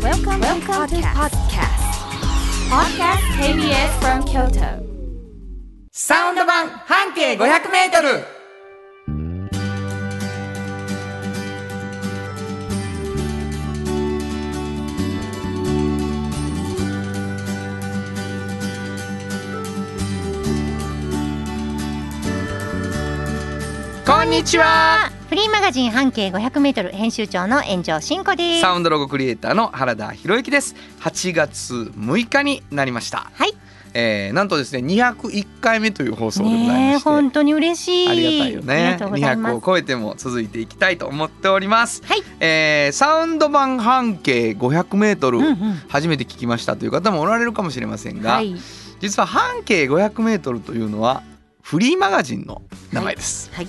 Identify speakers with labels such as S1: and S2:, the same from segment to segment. S1: Welcome, Welcome to podcast. Podcast KBS from Kyoto.
S2: サウンド版半径500メートルこんにちは
S3: フリーマガジン半径500メートル編集長の円城信子です。
S2: サ
S3: は
S2: ウンドロゴクリエイターの原田博之です8月6日になりました、
S3: い。
S2: えー、なんとですね201回目という放送でございま
S3: ねえ
S2: して、
S3: 本当に嬉しい。
S2: ありがたいよ
S3: あり
S2: ね
S3: がとうございま
S2: 200
S3: す。
S2: を超えても続いていきたいと思っております、
S3: はい。
S2: えーサウンド版半径 500m、
S3: うんうん
S2: 初めて聞きましたという方もおられるかもしれませんが、
S3: はい。
S2: 実は半径 500m というのはフリーマガジンの名前です、
S3: はい。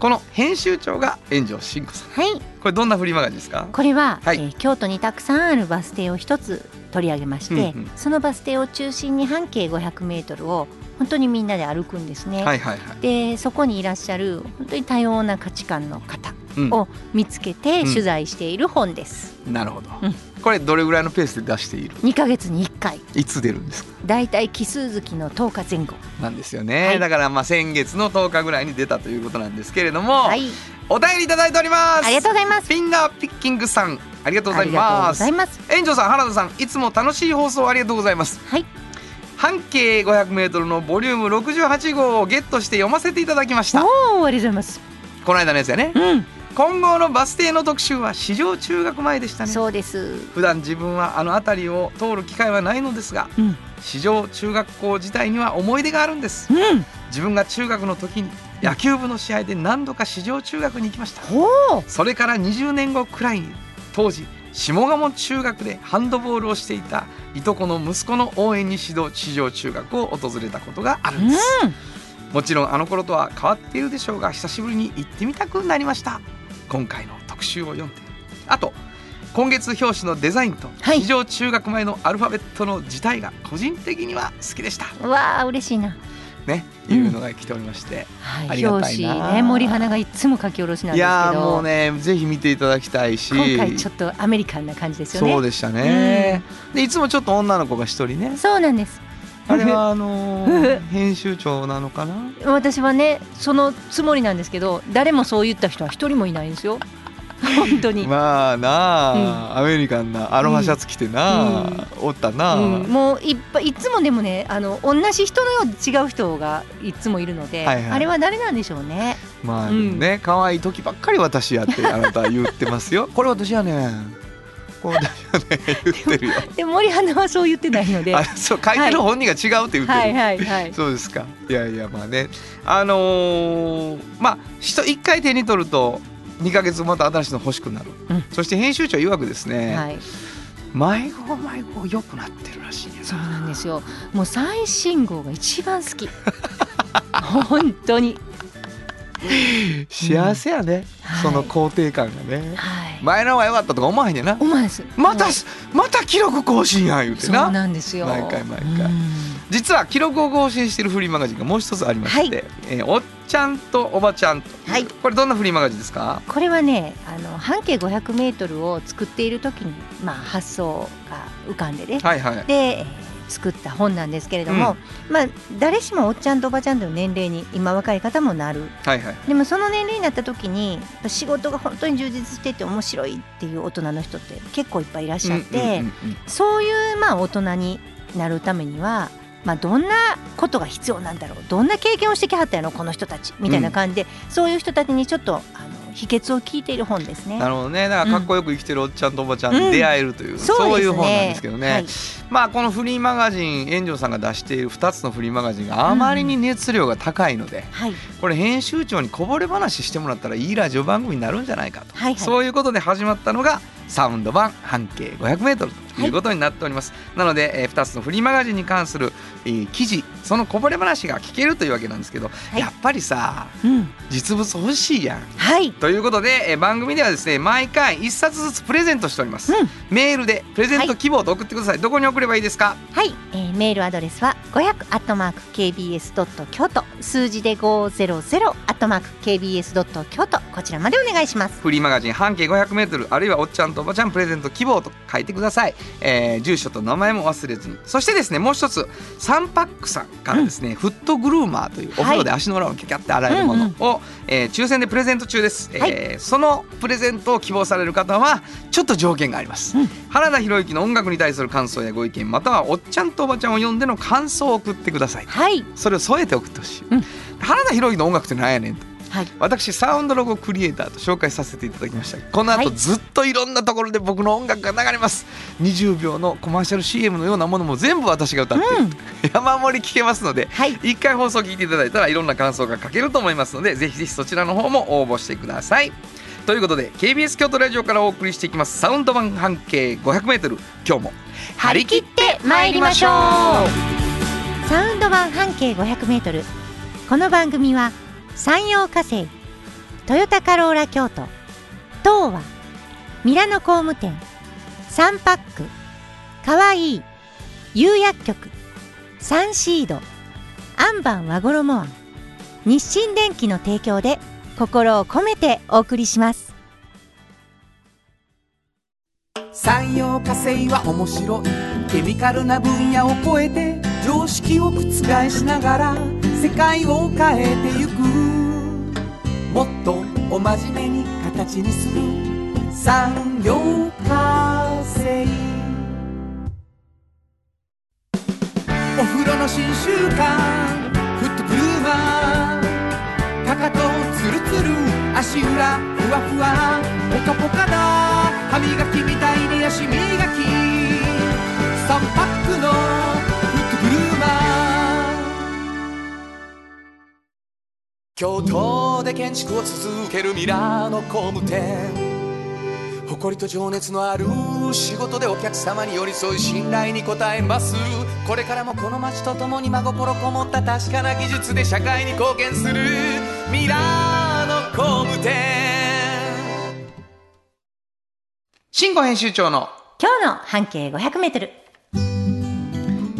S2: この編集長が炎上慎吾さん
S3: はい。
S2: これどんなフリーマガジンですか
S3: これは、
S2: はい
S3: えー京都にたくさんあるバス停を一つ取り上げまして、
S2: うんうん
S3: そのバス停を中心に半径500メートルを本当にみんなで歩くんですね。
S2: はいはいはい
S3: でそこにいらっしゃる本当に多様な価値観の方
S2: うん
S3: を見つけて
S2: うん
S3: 取材している本です、
S2: なるほど、
S3: うん
S2: これどれぐらいのペースで出している
S3: 2ヶ月に1回
S2: いつ出るんですか
S3: だいたい奇数月の10日前後
S2: なんですよね、
S3: はい
S2: だからまあ先月の10日ぐらいに出たということなんですけれども、
S3: はい
S2: お便りいただいております
S3: ありがとうございます
S2: フィンガーピッキングさんありがとうご
S3: あ
S2: ざい
S3: りがとう
S2: ま
S3: ご
S2: す
S3: ざいます
S2: 園長さん原田さんいつも楽しい放送ありがとうございます
S3: はい
S2: 半径 500m のボリューム68号をゲットして読ませていただきました
S3: おおありがとうございます
S2: この間のやつやね
S3: うん
S2: 今後のバス停の特集は史上中学前でしたね
S3: そうです
S2: 普段自分はあの辺りを通る機会はないのですが
S3: うん
S2: 史上中学校時代には思い出があるんです
S3: うん
S2: 自分が中学の時に野球部の試合で何度か史上中学に行きました
S3: ほう
S2: それから20年後くらいに当時下鴨中学でハンドボールをしていたいとこの息子の応援に指導市場中学を訪れたことがあるんです
S3: う
S2: もちろんあの頃とは変わっているでしょうが久しぶりに行ってみたくなりました今回の特集を読んであと今月表紙のデザインと
S3: はい
S2: 市場中学前のアルファベットの字体が個人的には好きでした
S3: んわあ嬉しいな
S2: ね
S3: うん
S2: いうのが来ておりまして、あ
S3: は
S2: り
S3: い
S2: が
S3: 表
S2: たいな
S3: 紙ね森花がいつも書き下ろしなん
S2: い
S3: ですけど
S2: やーもうねぜひ見ていただきたいし
S3: 今回ちょっとアメリカンな感じですよね
S2: そうでしたね、でいつもちょっと女の子が一人 ね
S3: そうなんです
S2: あれはあのー編集長なのかな
S3: 私はねそのつもりなんですけど誰もそう言った人は一人もいないんですよ本当に、
S2: まあなあ、アメリカンなアロハシャツ着てなあ、おったなあ、
S3: うん、もういっぱいいつもでもねあの同じ人のようで違う人がいつもいるので、
S2: はいはい
S3: あれは誰なんでしょうね
S2: まあでもね可愛い時ばっかり私やってあなたは言ってます よこれ私やねんこれ私やねん言ってるよ
S3: で森花はそう言ってないので
S2: あ
S3: は
S2: そう書いてる本人が違うって言ってる、
S3: いはいはい
S2: そうですかいやいやまあねあのーまあ人一回手に取ると2ヶ月また新しいの欲しくなる、
S3: うん
S2: そして編集長曰くですね、
S3: はい、
S2: 迷子迷子良くなってるらしいんやな
S3: そうなんですよ。もう最新号が一番好き。本当に。
S2: 幸せやね、
S3: はい
S2: その肯定感がね、
S3: はい。
S2: 前の方が良かったとか思わへんねんな
S3: お前です。
S2: また
S3: はい
S2: す、また記録更新や言うて
S3: そう
S2: な
S3: なんですよ。
S2: 毎回毎回
S3: うん
S2: 実は記録を更新してるフリーマガジンがもう一つありまして、えーおっちゃんとおばちゃんという、
S3: はい
S2: これどんなフリーマガジンですか
S3: これはね、あの半径500メートルを作っている時に、まあ発想が浮かんでね。
S2: はいはい
S3: で。えー作った本なんですけれども、まあ誰しもおっちゃんとおばちゃんとの年齢に今若い方もなる
S2: はいはい
S3: でもその年齢になった時にやっぱ仕事が本当に充実してて面白いっていう大人の人って結構いっぱいいらっしゃって、
S2: うんうんうんうん
S3: そういうまあ大人になるためには、まあ、どんなことが必要なんだろうどんな経験をしてきはったやろこの人たちみたいな感じで、そういう人たちにちょっとあの秘訣を聞いている本ですね
S2: な。るほどねだからかっこよく生きてるおっちゃんとおばちゃんに出会えるという、
S3: ですね
S2: そういう本なんですけどね、
S3: はい
S2: まあこのフリーマガジン炎上さんが出している2つのフリーマガジンがあまりに熱量が高いので、
S3: はい
S2: これ編集長にこぼれ話してもらったらいいラジオ番組になるんじゃないかと、
S3: はいはい
S2: そういうことで始まったのがサウンド版半径 500m ということになっております、なので、えー、2つのフリーマガジンに関する、えー記事そのこぼれ話が聞けるというわけなんですけど、
S3: い
S2: やっぱりさ
S3: うん
S2: 実物欲しいやん。
S3: はい
S2: ということで、えー番組ではですね毎回1冊ずつプレゼントしております、
S3: うん
S2: メールでプレゼント希望と送ってください、どこに送ればいいですか
S3: はいえーメールアドレスは500アットマーク KBS ドット京都数字で500アットマーク KBS ドット京都こちらまでお願いします。
S2: フリーマガジン半径 500m あるいはおっちゃんとおばちゃんプレゼント希望と書いてください、えー住所と名前も忘れずにそしてですねもう一つサンパックさんからですね、フットグルーマーというお風呂で足の裏をキャキャって洗えるものを、えー抽選でプレゼント中です、
S3: はい
S2: えーそのプレゼントを希望される方はちょっと条件があります、
S3: うん
S2: 原田博之の音楽に対する感想やご意見またはおっちゃんとおばちゃんを呼んでの感想を送ってください
S3: はい、
S2: それを添えて送ってほしい、
S3: うん
S2: 原田博之の音楽って何やねんと
S3: はい、
S2: 私サウンドロゴクリエイターと紹介させていただきましたこの後、
S3: はい
S2: ずっといろんなところで僕の音楽が流れます20秒のコマーシャル CM のようなものも全部私が歌っている、
S3: うん、
S2: 山盛り聞けますので
S3: はい、
S2: 一回放送聞いていただいたらいろんな感想が書けると思いますのでぜひぜひそちらの方も応募してくださいということで KBS 京都ラジオからお送りしていきますサウンド版半径 500m 今日も張り切って
S3: 参りましょうサウンド版半径 500m この番組は山陽火星トヨタカローラ京都東和ミラノ工務店サンパックかわいい釉薬局サンシードアンバン和衣庵日清電機の提供で心を込めてお送りします
S4: 産業化成は面白いケミカルな分野を超えて常識を覆しながら世界を変えてゆくもっとお真面目に形にする産業化成お風呂の新習慣フットグルーマーかかとツルツル足裏ふわふわポカポカだ歯磨きみたいに足磨き3パックのフットグルーマー京都で建築を続けるミラーの工務店誇りと情熱のある仕事でお客様に寄り添い信頼に応えますこれからもこの街とともに真心こもった確かな技術で社会に貢献するミラーの工務店
S2: 新語編集長の
S3: 今日の半径 500m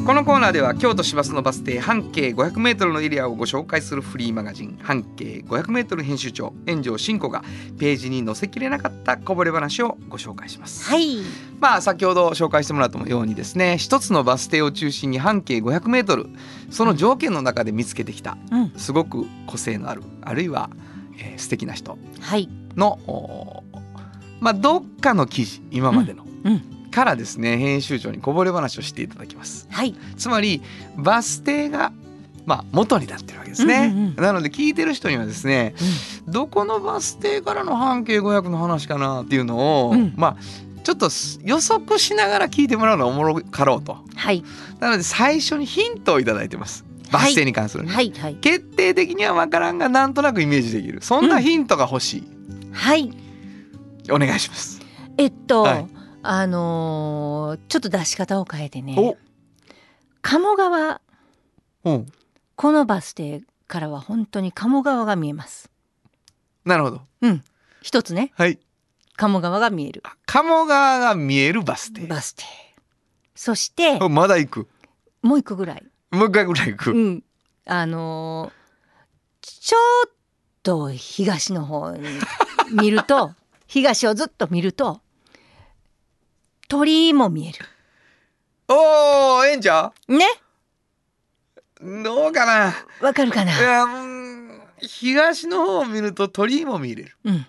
S2: このコーナーでは京都市バスのバス停半径 500m のエリアをご紹介するフリーマガジン半径 500m 編集長炎上真子がページに載せきれなかったこぼれ話をご紹介します。
S3: はい
S2: まあ先ほど紹介してもらったようにですね一つのバス停を中心に半径 500m その条件の中で見つけてきた
S3: うん
S2: すごく個性のあるあるいは、えー素敵な人
S3: はい
S2: のおーまあどっかの記事今までの、
S3: うんう
S2: からですね編集長にこぼれ話をしていただきます。
S3: はい
S2: つまりバス停がまあ元になってるわけですね、
S3: うんうんうん
S2: なので聞いてる人にはですね、どこのバス停からの半径500の話かなっていうのを、
S3: うん
S2: まあちょっとす予測しながら聞いてもらうのはおもろかろうと
S3: はい
S2: なので最初にヒントをいただいてますバス停に関するね、
S3: はいはい
S2: 決定的には分からんがなんとなくイメージできるそんなヒントが欲しい、
S3: はい
S2: お願いします
S3: えっと、
S2: はい
S3: あのーちょっと出し方を変えてね
S2: お
S3: 鴨川
S2: うん
S3: このバス停からは本当に鴨川が見えます
S2: なるほど
S3: 一つね
S2: はい
S3: 鴨川が見える
S2: 鴨川が見えるバス停
S3: バス停そして
S2: おまだ行く
S3: もう一個ぐらい、
S2: もう一回ぐらい行く、
S3: うん、あのーちょっと東の方に見ると東をずっと見ると鳥居も見える
S2: おーええんちゃ
S3: ね
S2: うどうかな
S3: わかるかない
S2: やうーん東の方を見ると鳥居も見れる
S3: うん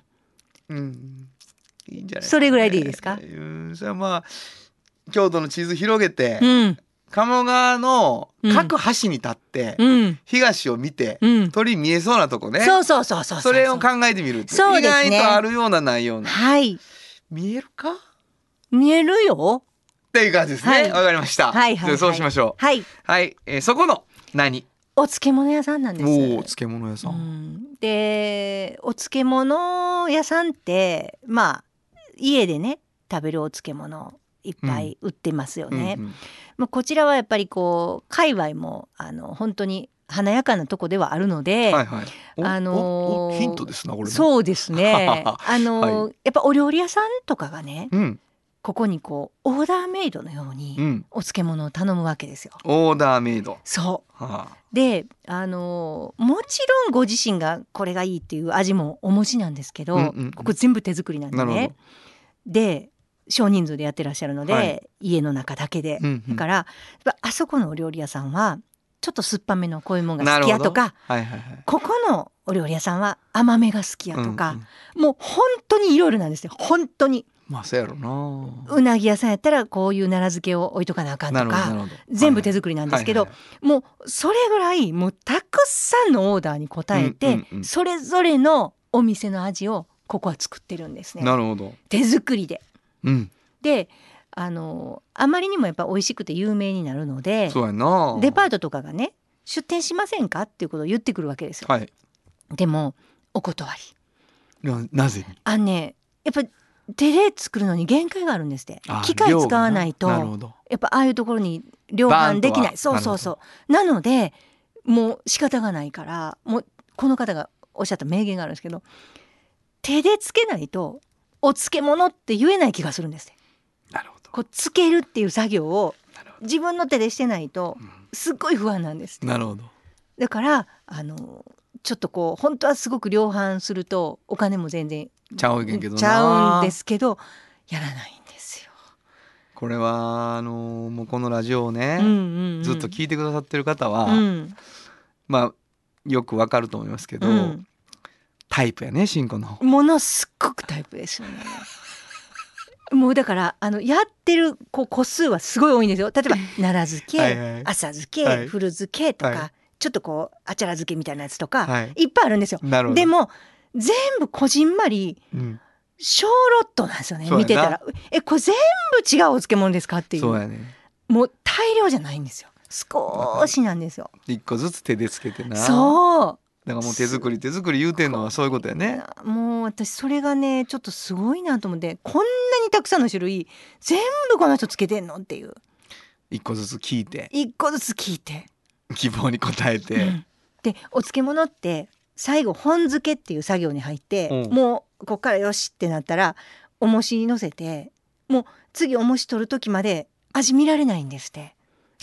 S2: うんいいんじゃない
S3: それぐらいでいいですか
S2: えーうんそれはまあ京都の地図広げて、
S3: うん
S2: 鴨川の各橋に立って、
S3: うん
S2: 東を見て、
S3: うん
S2: 鳥居見えそうなとこね
S3: そうそうそうそうう
S2: それを考えてみるっていう
S3: そうですね
S2: 意外とあるようなないような
S3: はい
S2: 見えるかっ
S3: 見えるよ
S2: ていう感じですね
S3: は
S2: わ、
S3: い
S2: かりました、
S3: はいはいはい
S2: でそうしましょ
S3: はいう
S2: はい、えーそこの何
S3: お漬物屋さんなんです
S2: おお漬物屋さ、
S3: うんんでお漬物屋さんってまあ家でね食べるお漬物いっぱい売ってますよね、
S2: うんうん
S3: まあ、こちらはやっぱりこう界隈もあの本当に華やかなとこではあるので、
S2: はいはい。お
S3: あのー
S2: おおヒントですなこれ。う。
S3: そうですねあの、
S2: は
S3: やっぱお料理屋さんとかがね
S2: うん。
S3: ここにこうオーダーメイドのように
S2: うん、
S3: お漬物を頼むわけですよ。
S2: オーダーメイド。
S3: そう
S2: はあ、
S3: であのーもちろんご自身がこれがいいっていう味もお持ちなんですけど、
S2: うんうんうん
S3: ここ全部手作りなんで
S2: なるほ
S3: ね
S2: ど。
S3: で少人数でやってらっしゃるので、
S2: はい
S3: 家の中だけで、
S2: うんう
S3: だ
S2: ん
S3: からやっぱあそこのお料理屋さんはちょっと酸っぱめのこういうもんが
S2: な
S3: 好
S2: る
S3: き
S2: ほ
S3: や
S2: ど
S3: とか
S2: はいはいはい。
S3: ここのお料理屋さんは甘めが好きやとか、
S2: うんうん
S3: もう本当にいろいろなんですよ本当に
S2: まあそうやろな。
S3: うなぎ屋さんやったらこういう奈良漬けを置いとかなあかん
S2: な
S3: と
S2: るほどな
S3: か
S2: るほど。
S3: 全部手
S2: 作
S3: 作りなんですけど、
S2: はいはい
S3: もうそれぐらいもうたくさんのオーダーに応えて、
S2: うんうんうん
S3: それぞれのお店の味をここは作ってるんですね
S2: なるほど。
S3: 手作りで。
S2: うん。
S3: であのあまりにもやっぱ美味しくて有名になるので
S2: そうやな。
S3: デパートとかがね出店しませんかっていうことを言ってくるわけですよ。
S2: はい。
S3: でもお断り。
S2: ななぜに。
S3: あのねやっぱ手で作るのに限界があるんですって
S2: あ
S3: 機械使わないと
S2: 量がなるほど。
S3: やっぱああいうところに量
S2: バー
S3: 販
S2: ンと
S3: で
S2: は
S3: きないそうそうそうなのでもう仕方がないからもうこの方がおっしゃった名言があるんですけど手でつけないとお漬物って言えない気がするんですって
S2: なるほど。
S3: こうつけるっていう作業を
S2: なるほ
S3: 自分の手でしてないと
S2: うん
S3: すっごい不安なんですって
S2: ど。なるほど。
S3: だからあのちょっとこう本当はすごく量販するとお金も全然
S2: ちゃうけんけどな。
S3: ちゃうんで。すけどやらないんですよ。
S2: これはあのーもうこのラジオをね、ずっと
S3: い
S2: 聞いてくださってる方
S3: た
S2: は、
S3: うん
S2: まあよくわかると思いますけど、
S3: うん
S2: タイプやね、シンコの。
S3: ものすっごくタイプですよね。もうだからあのやってるこう個数はすごい多いんですよ。例 えば奈良漬け、
S2: はいはい
S3: 浅漬け、
S2: はい
S3: 古漬けとか、
S2: は
S3: ちょっとこうあちゃら漬けみたいなやつとか、
S2: はいい、
S3: っぱいあるんですよ。
S2: なるほど。
S3: で、も全部こじんまり
S2: うん、
S3: 小ロットなんですよね
S2: そうやな
S3: 見てたら「えこれ全部違うお漬物ですか?」ってい
S2: そう
S3: う
S2: やね。
S3: もう大量じゃないんですよ少しなんですよ。
S2: 一個ずつ手でつけてな。
S3: そう
S2: だからもう手作り手作り言うてんのはそういうことやね。
S3: もう私それがねちょっとすごいなと思ってこんなにたくさんの種類全部この人つけてんのっていう
S2: 一個ずつ聞いて
S3: 一個ずつ聞いて、
S2: 希望に応えて、
S3: うんでお漬物って最後本漬けっていう作業に入って、
S2: うん
S3: もうこっからよしってなったら重しに乗せてもう次重し取る時まで味見られないんですって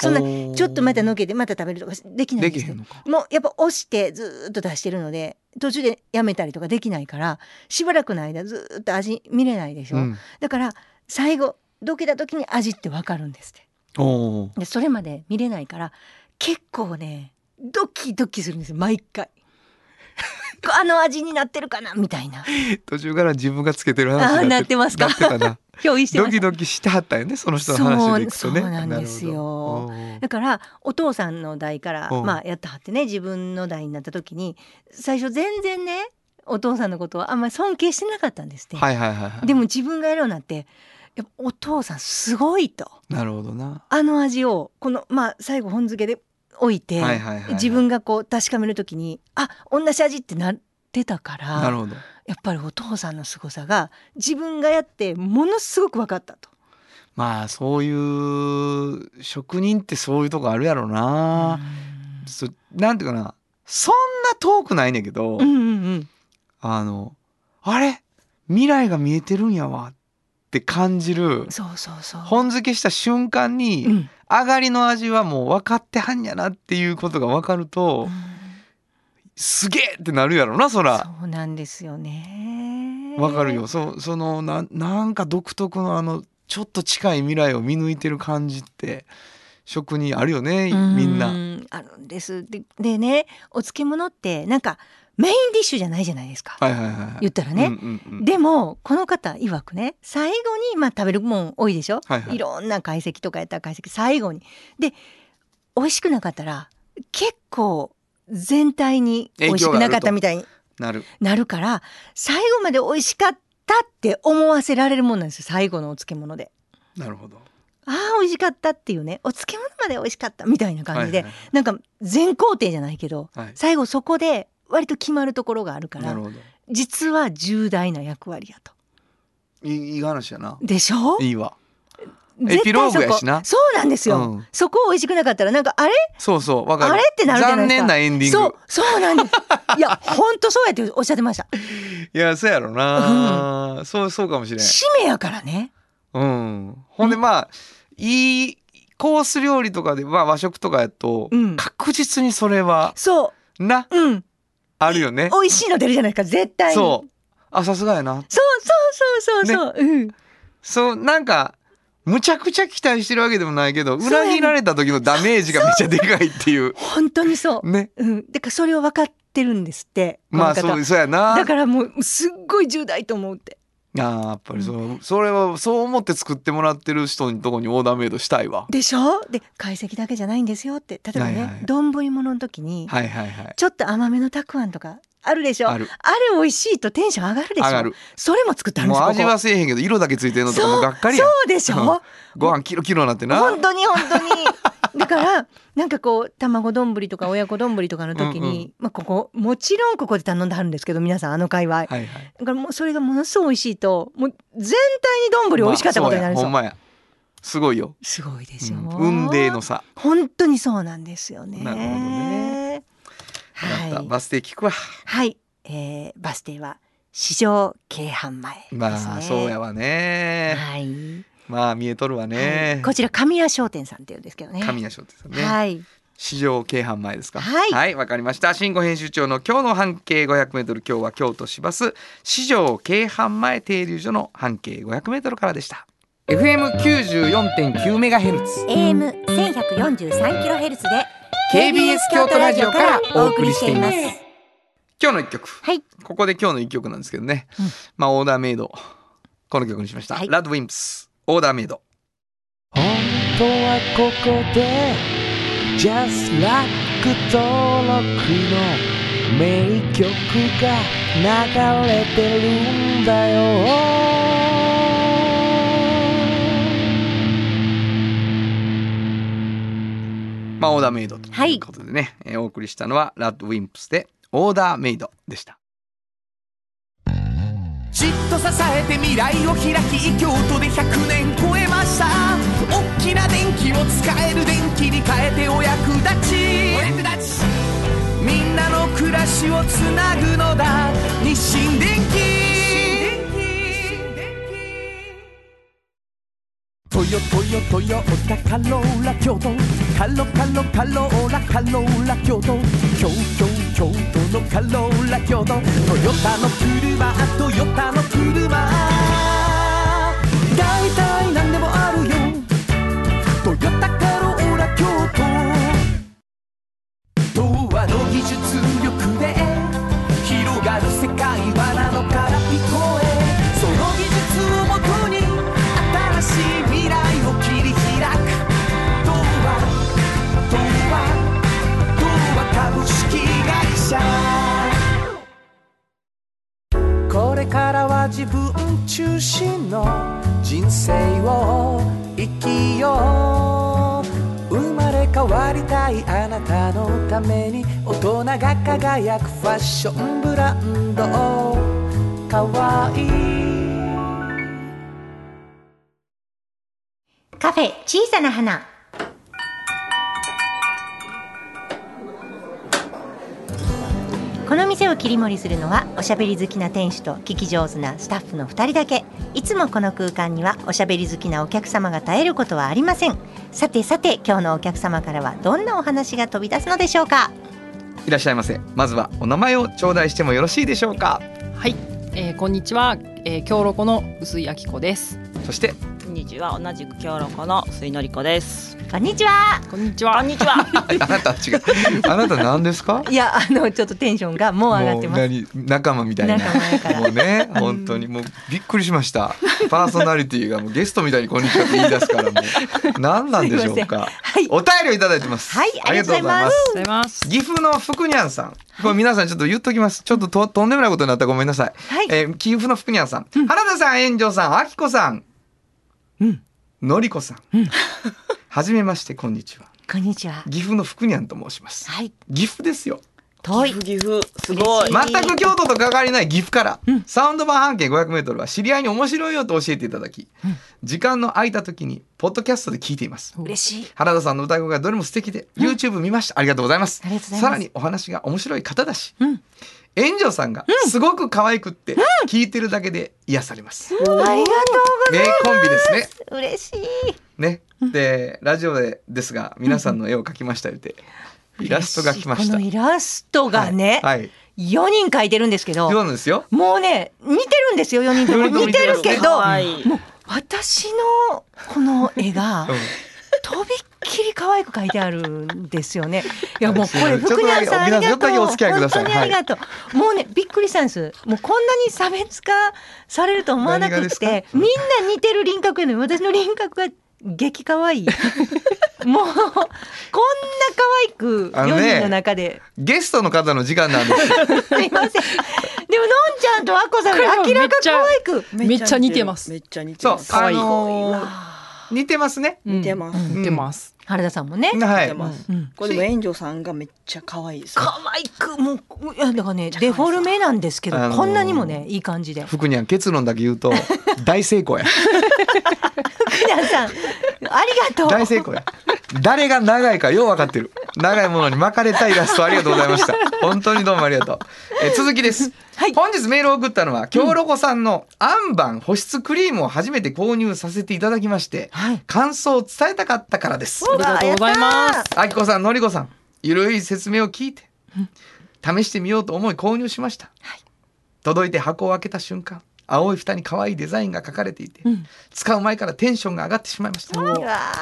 S3: そんな
S2: な
S3: ちょっとまたのけてまた食べるとかできな
S2: で
S3: いんで
S2: き
S3: す
S2: へ
S3: よ
S2: んのか。
S3: もうやっぱ押してずーっと出してるので途中でやめたりとかできないからしばらくの間ずーっと味見れないでしょ、
S2: うん、
S3: だから最後どけた時に味ってわかるんですって
S2: おおー。
S3: でそれまで見れないから結構ねドキドキするんですよ毎回 あの味になってるかなみたい な
S2: 途中から自分がつけてる
S3: あ
S2: 話
S3: ー
S2: になっ
S3: なっててますか
S2: なってたな。
S3: 憑 依してま
S2: ド
S3: し
S2: キ
S3: た
S2: ドキしてはったよねその人の話でいくとね。
S3: そうそうなんですよ
S2: なるほど。
S3: だからお父さんの代から
S2: うん
S3: まあやってはってね自分の代になった時に最初全然ねお父さんのことはあんまり尊敬してなかったんですって、
S2: おーはいはいはいはい。
S3: でも自分がやるようになってやっぱお父さんすごいと。
S2: なるほどな。
S3: あの味をこのまあ最後本漬けで置いて、
S2: はいはいはいはい
S3: 自分がこう確かめるときにあ同じ味ってなってたから
S2: なるほど。
S3: やっぱりお父さんの凄さが自分がやってものすごく分かったと。
S2: まあそういう職人ってそういうとこあるやろな。そなんていうかなそんな遠くないねんけど、
S3: うんうんうん、
S2: あのあれ未来が見えてるんやわって感じる
S3: そうそうそう。
S2: 本漬けした瞬間に、
S3: うん
S2: 上がりの味はもう分かってはんやなっていうことが分かると、すげえってなるやろなそら。
S3: そうなんですよね。
S2: わかるよ。そそのななんか独特のあのちょっと近い未来を見抜いてる感じって職人あるよねみん
S3: う
S2: な。
S3: んあるんですででねお漬物ってなんかメインディッシュじゃないじゃないですか、
S2: はいはいはいはい。
S3: 言ったらね。
S2: うんうんうん
S3: でもこの方曰くね最後にまあ食べるもん多いでしょ、
S2: はい
S3: い
S2: はい
S3: ろんな解析とかやったら解析最後にで美味しくなかったら結構全体に美味しくなかったみたいに
S2: なる。
S3: なるから最後まで美味しかったって思わせられるもんなんですよ最後のお漬物で。
S2: なるほど。
S3: ああ美味しかったっていうねお漬物まで美味しかったみたいな感じ
S2: は
S3: で、
S2: いはい
S3: なんか全工程じゃないけど
S2: はい。
S3: 最後そこで割と決まるところがあるか
S2: な
S3: ら
S2: るほど。
S3: 実は重大な役割やと。
S2: いいいい話やな。
S3: でしょ
S2: いいわ。
S3: 絶対
S2: エピローグやしな
S3: そこそうなんですよ、
S2: うん
S3: そこ美味しくなかったらなんかあれ
S2: そうそうわかる。
S3: あれってなるじゃないで
S2: 残
S3: すか
S2: 念なエンディング。
S3: そうそうなんですいやほんとそうやって おっしゃってました
S2: いやそうやろな、そうそうかもしれん。
S3: 使命やからね
S2: うん、ほんでまあいいコース料理とかで、まあ、和食とかやと、
S4: うん
S2: 確実にそれは
S4: そ
S2: な
S4: ううん
S2: あるよね。
S4: 美味しいの出るじゃないですか絶対に
S2: そうあさすがやな
S4: そうそうそうそうそう、うん
S2: そうなんかむちゃくちゃ期待してるわけでもないけど
S4: そうやね
S2: 裏切られた時のダメージがめっちゃでかいっていう
S4: 本当にそう、
S2: ね
S4: うん、だからそれを分かってるんですってこの
S2: まあ
S4: 方
S2: そうそうやな
S4: だからもうすっごい重大と思うって
S2: あーやっぱりそう、それはそう思って作ってもらってる人のとこにオーダーメイドしたいわ。
S4: でしょで解析だけじゃないんですよって例えば
S2: はいは
S4: ね
S2: い
S4: 丼、ものの時に
S2: はいはいはい。
S4: ちょっと甘めのたくあんとかあるでしょあ
S2: あ
S4: れ
S2: る
S4: 美味しいとテンション上がるでしょ
S2: 上がる。
S4: それも作ってあるんで
S2: もう
S4: すよ
S2: 味
S4: ここ
S2: はせえへんけど色だけついてるのとかもうがっかりや
S4: そ
S2: ん。
S4: うでし
S2: うん
S4: ょ
S2: ご飯キロキロなってな。
S4: 本当に本当にだからなんかこう卵丼とか親子丼とかの時に
S2: うんうん
S4: まあ、ここもちろんここで頼んではるんですけど皆さんあの界隈
S2: はいはい。
S4: だからもうそれがものすごい美味しいともう全体に丼美味しかったことになるんですよ、
S2: まあそうやほんまや。すごいよ。
S4: すごいでし
S2: う
S4: ょ、
S2: ん運命の差。
S4: 本当にそうなんですよね
S2: なるほどね
S4: は
S2: やった
S4: い、
S2: バス停聞くわ。
S4: はいえー、バス停は市場京阪前ですね
S2: まあそうやわね。
S4: はい、
S2: まあ見えとるわ
S4: は
S2: ね
S4: い。こちら神谷商店さんっていうんですけどね
S2: 神谷商店さんね。
S4: はい
S2: 市場京阪前ですか
S4: はい
S2: わかりました新語編集長の今日の半径 500m 今日は京都市バス市場京阪前停留所の半径 500m からでした FM94.9 メガヘルツ
S3: AM 千百四十三キロヘルツで
S2: KBS 京都ラジオからお送りしています今日の一曲
S4: はい
S2: ここで今日の一曲なんですけどね、
S4: うん
S2: まあオーダーメイドこの曲にしました、
S4: はい
S2: ラッドウィンプスオーダーメイド
S5: 本当はここで Just Like 登録の名曲が流れてるんだよ
S2: まあオーダーメイドということでね、えーお送りしたのはラッドウィンプスでオーダーメイドでした
S6: じっと支えて未来を開き京都で100年超えました大きな電気を使える電気に変えてお役立ちお役立ちみんなの暮らしをつなぐのだ日清電気トヨトヨトヨタカローラ京都カロカロカローラカローラ京都京京京都のカローラ京都トヨタの車トヨタの車だいたいなんでもあるよトヨタカローラ京都童話の技術力で広がる世界はなのから聞こえその技術をもとに新しい未来を切り開く童話童話童話株式会社これからは自分中心の人生を生きよう生まれ変わりたいあなたのために大人が輝くファッションブランドかわいい
S3: カフェ小さな花
S4: この店を切り盛りするのはおしゃべり好きな店主と聞き上手なスタッフの2人だけいつもこの空間にはおしゃべり好きなお客様が絶えることはありませんさてさて今日のお客様からはどんなお話が飛び出すのでしょうか
S2: いらっしゃいませまずはお名前を頂戴してもよろしいでしょうか
S7: はい、えー、こんにちは、えー、京ロコの薄井明子です。
S2: そして
S8: こんにちは同じく京ロコの水のりこです
S4: こんにちは
S7: こんにちは。こんにちは。
S2: ああなた違う。 あなた何ですか？
S4: いやあのちょっとテンションがもう上がってます
S2: もう何仲間みたいな。
S4: 仲間やから
S2: もうね本当にもうびっくりしました。パーソナリティがもうゲストみたいにこんにちはって言い出すからもう何なんでしょう
S4: すいま
S2: か。
S4: はい
S2: お便りをいただいてます。
S4: はいありがとうございます
S2: あ
S7: ござ います。
S2: りがとうございます岐阜の福にゃんさん、これ皆さんちょっと言っときます。ちょっとととんでもないことになったらごめんなさい。
S4: はい
S2: えー岐阜の福にゃんさん、原田さん、炎上さん、あきこさん、のりこさん、はじめましてこんにちは。
S4: こんにちは
S2: 岐阜の福にゃんと申します。
S4: はい
S2: 岐阜ですよ。
S4: 遠い
S8: 岐。阜岐阜すごい
S4: 嬉し
S2: 全く京都と関わりない岐阜から、サウンド版半径 500m は知り合いに面白いよと教えていただき、時間の空いた時にポッドキャストで聞いています
S4: 嬉しい。
S2: 原田さんの歌声がどれも素敵で、YouTube 見ましたありがとうございます
S4: ありがとうございま
S2: さ
S4: す
S2: らにお話が面白い方だし、
S4: うん
S2: 園長さんがすごく可愛くって、聞いてるだけで癒されます、
S4: ありがとうござい
S2: 名コンビですね
S4: ます。嬉しい。
S2: ね、でラジオでですが皆さんの絵を描きました言って、イラストが来ました
S4: このイラストがね、
S2: はい、はい、
S4: 四人描いてるんですけど
S2: そう、なんですよ
S4: もうね似てるんですよ四人とも
S2: 四人とも
S4: 似てるけど、
S8: 可愛い
S4: もう私のこの絵が
S2: うん
S4: とびっきり可愛く描いてあるんですよ ね。いやもうこれ
S2: ちょっと
S4: 福南さんあり
S2: 皆さんちょ
S4: が
S2: っと
S4: とう。
S2: だけお付き合いください
S4: 本当にありがとう。もうねびっくりしたんです。もうこんなに差別化されると思わなく
S2: 何が
S4: っ
S2: ですか
S4: て、みんな似てる輪郭やのに私の輪郭が激 可愛い。もうこんな可愛く
S2: あの
S4: 四
S2: ね
S4: 人の中で、
S2: ゲストの方の時間なん ですよ
S4: すいません。でものんちゃんとあこさんが明らか可愛く。
S7: めっちゃ似てます
S8: めっちゃ似て
S2: そう
S8: ます
S2: あ
S8: 可愛い
S2: のー似てますね
S7: 似
S8: 似てます
S2: うん
S7: 似てます
S4: 原田さんもね。
S2: は
S8: 似
S2: い
S8: てます
S4: うん
S8: これでも炎上さんがめっちゃ可愛いです
S4: 可愛くもういやだからねデフォルメなんですけど、
S2: あのー
S4: こんなにもねいい感じで。
S2: 福にゃん結論だけ言う と大成功や
S4: 福田さんありがとう。
S2: 大成功や誰が長いかよう分かってる長いものに巻かれたイラストありがとうございました本当にどうもありがとうえー続きです、本日メールを送ったのは京ロコさんのアンバン保湿クリームを初めて購入させていただきまして、
S4: はい
S2: 感想を伝えたかったからです
S7: ありがとうございます
S2: あきこさんのりこさんゆるい説明を聞いて試してみようと思い購入しました、届いて箱を開けた瞬間青い蓋に可愛いデザインが書かれていて、使う前からテンションが上がってしまいました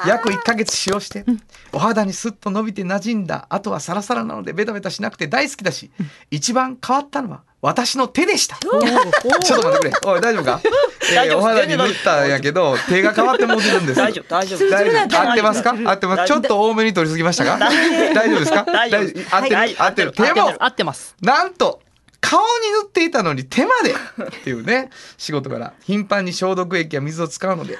S2: 約1ヶ月使用して、お肌にスッと伸びて馴染んだあとはサラサラなのでベタベタしなくて大好きだし、一番変わったのは私の手でした、ちょっと待ってくれおい大丈夫か、
S8: 大
S2: えー
S8: 丈夫
S2: お肌に塗ったんやけど手が変わってもうてるんです
S8: 大丈夫大丈夫
S2: 大丈夫合ってますか
S8: 大丈夫
S2: 合ってますちょっと多めに取りすぎましたか大丈夫ですか
S8: 大丈夫
S2: 合ってる、
S8: はい
S2: 合ってる手も
S7: 合ってます合ってます
S2: なんと顔に塗っていたのに手までっていうね仕事から頻繁に消毒液や水を使うので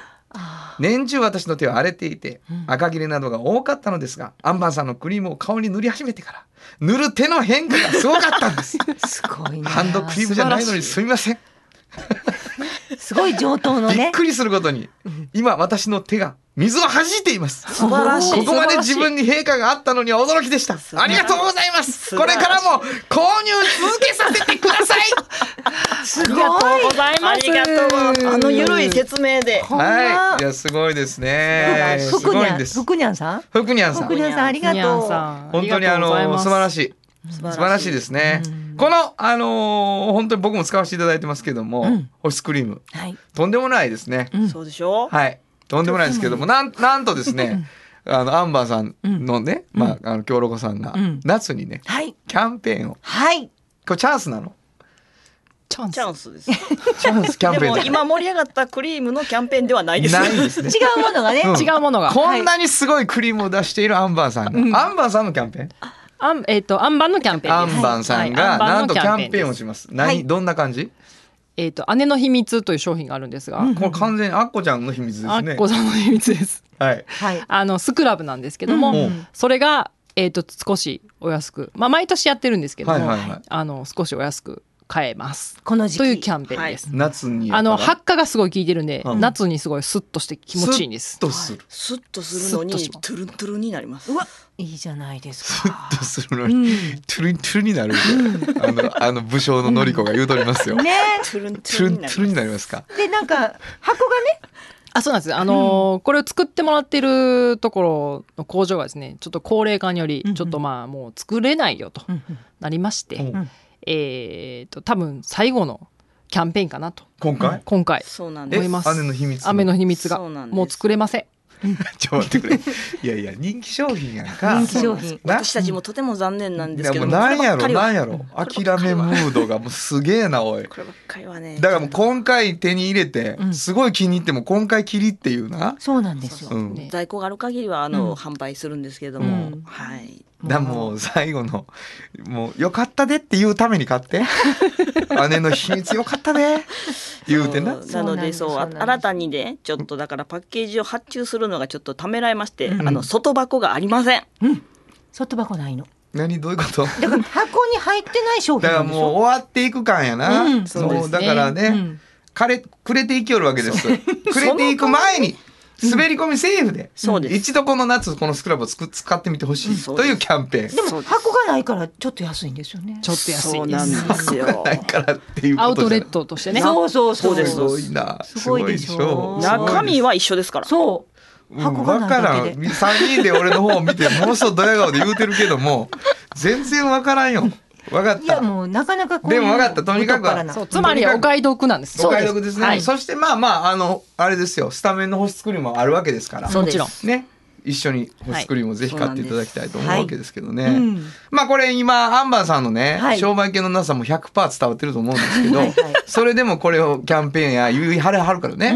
S2: 年中私の手は荒れていて赤切れなどが多かったのですが、アンバンさんのクリームを顔に塗り始めてから塗る手の変化がすごかったん です
S4: すごいね。
S2: ハンドクリームじゃないのにすみません
S4: すごい上等の
S2: びっ
S4: ね。
S2: くりすることに今私の手が水を弾いています
S8: 素晴らし
S2: こ
S8: い
S2: こまで自分に陛下があったのには驚きでした
S8: 晴
S2: あ
S8: らし
S2: りが
S8: い
S2: とうございます
S8: 素
S2: こ
S8: 晴
S2: れ
S8: らしい
S2: からも購入続けさせてください
S4: すごい。
S7: ござい
S8: ありがとうございますあのゆるい説明で
S4: ほんま
S2: はいいやすごいですねす
S4: 福
S2: ご
S4: に
S2: い
S4: ゃ
S2: ん
S4: ん
S2: です
S4: 福にゃんさん。
S2: 福にゃんさん
S4: 福にゃんさんありが
S7: ニャン
S4: とう。
S7: さん
S2: 本当にあの素晴らしい
S8: 素
S2: 素晴らしいですねこのあのー本当に僕も使わせていただいてますけども、保湿クリーム
S4: はい。
S2: とんでもないですね、
S8: そうでしょ
S2: はいとんでもないですけどもなんなんとですねあのアンバーさんのね、まああの京ロコさんが、
S4: ん
S2: 夏にね
S4: はい。
S2: キャンペーンを
S4: はい。
S2: これチャンスなの
S7: チャン
S8: チャ
S7: ス
S8: ンスです。で
S2: チャンスキャンペーン
S8: も
S2: だ
S8: 今盛り上がったクリームのキャンペーンではないです。
S2: ないです
S4: 違
S2: ね。
S4: うものがね。
S2: うん
S4: 違う
S7: 違うものが
S2: こんなにすごいクリームを出しているアンバーさんが、アンバーさんのキャンペーン、
S7: あんえっとアンバンのキャンペー
S2: ア
S7: ンです
S2: ンバーさんが
S7: はい
S2: なんとキ
S7: ア
S2: ャ
S7: バの
S2: ンペーンを
S7: です
S2: します。何、
S4: はい
S2: どんな感じ？
S7: えっと姉の秘密という商品があるんですが
S2: これ完全にアッコちゃんの秘密で
S7: あ
S2: す
S7: っ
S2: ね
S7: こ。さんの秘密です
S2: はい。
S4: はい。
S7: あのスクラブなんですけども、
S2: うんうん
S7: それが、えー、と少しお安く、まあ、毎年やってるんですけども、
S2: はいはいはい
S7: あの少しお安く買えます
S4: この時期。
S7: というキャンペーンです。
S2: 夏に
S7: あの
S2: 発
S7: 発火がすごい効いてるんで、
S2: うん
S7: 夏にすごいスッとして気持ちいいんです。
S2: とする。
S8: スッとするのに
S7: スッとします
S8: トゥルントゥルンになります。
S4: いいじゃないです
S2: ス
S4: か。
S2: ッとするのに、トゥルントゥルンになるみたいな。あのあの武将ののりこが言うとりますよ。
S4: ね。
S8: トゥルント
S2: ト
S8: ゥ
S2: ゥ
S8: ル
S2: ル
S8: ン
S2: ン
S8: に
S2: ト
S8: な
S2: ゥルンに
S8: ります。
S2: なりますか。
S4: でなんか箱がね。
S7: あそうなんですあのーこれを作ってもらってるところの工場がですねちょっと高齢化により
S4: うん
S7: ちょっとまあもう作れないよと
S4: んうん
S7: なりまして、
S2: うん
S7: えー、と多分最後のキャンペーンかなと
S2: 今回？
S7: 今回
S8: そうなん
S2: え
S8: で
S7: 思い
S8: す。
S7: ます
S2: 姉の秘密の
S7: 雨の秘密が
S8: そうなんです
S7: もう作れません
S2: ちょっと待ってくれ。いやいや人気商品やんか。
S4: 人気商品。
S2: な
S8: 私たちもとても残念なんですけども、
S2: なんやろ
S8: こればっ
S2: なん
S8: かりは
S2: やろ諦めムードがもうすげえなおい
S8: こればっかりはね。
S2: だからもう今回手に入れて
S4: うん
S2: すごい気に入っても今回きりっていうな、
S4: そうなんですよ
S2: う。ん、
S7: ね
S8: 在庫がある限りはあの、
S4: うん
S8: 販売するんですけれど
S4: う
S8: も、
S4: ん
S8: はい。
S2: だからもう最後のもう「よかったで」って言うために買って姉の秘密よかったで言うてな
S8: そうなので、
S4: そ
S8: そうう、
S4: な
S8: あ
S4: んです
S8: 新たにね、ちょっとだからパッケージを発注するのがちょっとためらいまして、
S2: ん
S8: あの外箱がありません。
S4: 外箱ないの。
S2: 何どういうこと
S4: だから箱に入ってない商品
S2: だか
S4: な
S2: ら
S4: んでし
S2: もう
S4: ょ
S2: 終わっていく感やな、
S7: うん
S2: そのだからね、
S7: うん
S2: かれくれていきよるわけですくれていく前に滑り込みセーフで、
S8: そうです
S2: 一度この夏このスクラブをつく使ってみてほしい
S8: そう
S2: と
S8: です
S2: いうキャンペーン。
S4: でも箱がないからちょっと安いんですよね
S7: ちょっと安
S8: そう
S7: いで
S8: なん
S7: す
S8: ですよ。
S2: ないからっていうことじゃない
S7: アウトレットとしてね
S4: そうそうそう
S8: そうです
S2: すごいな
S4: すごいでしょ
S2: すごいでしょ
S8: 中身は一緒ですから。
S4: そう
S2: うん
S4: 箱が
S2: わ
S4: な
S2: か
S4: いだ
S2: らん
S4: けで
S2: 3人で俺の方を見てものすごいドヤ顔で言うてるけども全然わからんよわかっ
S4: いや
S2: た
S4: もうなかなかこういう
S2: でも分かったとにかくは
S4: 太っ腹な
S7: そうつまりはお買い得なんです
S2: お買い得ですね、
S7: はい
S2: そしてまあまああのあれですよスタメンの星作りもあるわけですから
S8: そう
S7: も
S8: で
S7: ち
S8: す
S7: ろん
S2: ね一緒に星作りもぜひ買っていただきたいと思う
S4: はい
S2: わけですけどね、
S4: うん
S2: まあこれ今アンバーさんのね、
S4: はい
S2: 商売系のなさも100%伝わってると思うんですけど
S4: はいはい
S2: それでもこれをキャンペーンや言いはれはるからね、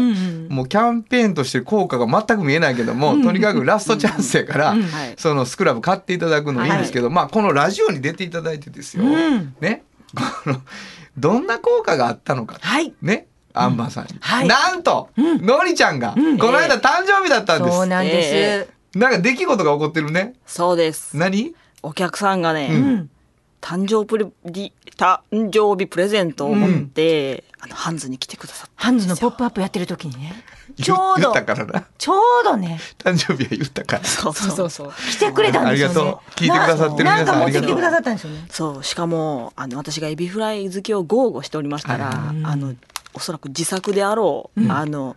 S2: もうキャンペーンとして効果が全く見えないけども、とにかくラストチャンスやから、
S8: はい。
S2: そのスクラブ買っていただくのいいんですけど、まあこのラジオに出ていただいてですよ、
S4: うん
S2: ねこのどんな効果があったのか、
S4: はい
S2: ねアンバーさんに、
S4: はい
S2: なんと、のりちゃんが、この間誕生日だったんで
S4: そう
S2: す、
S4: なんで
S8: え
S4: す
S2: なんか出来事が起こってるね
S8: そうです。
S2: 何
S8: お客さんがね、
S4: うん
S8: 誕生プレリ誕生日プレゼントを持って、あのハンズに来てくださった
S4: ハンズの
S8: ですよ
S4: ポップアップやってる時にねち
S2: 言
S4: ょう
S2: 言
S4: ど
S2: ったからな
S4: ちょうどね
S2: 誕生日は言ったから
S8: そう
S7: そう
S8: そ
S7: そううそう
S4: 来てくれたんですよね
S2: ありがとう聞いてくださってる皆さん
S4: ななんか持ってき
S8: ありがと
S4: て
S8: う
S4: くださったんですよね
S8: そうしかもあの私がエビフライ好きを豪語しておりましたら、あのおそらく自作であろう、あの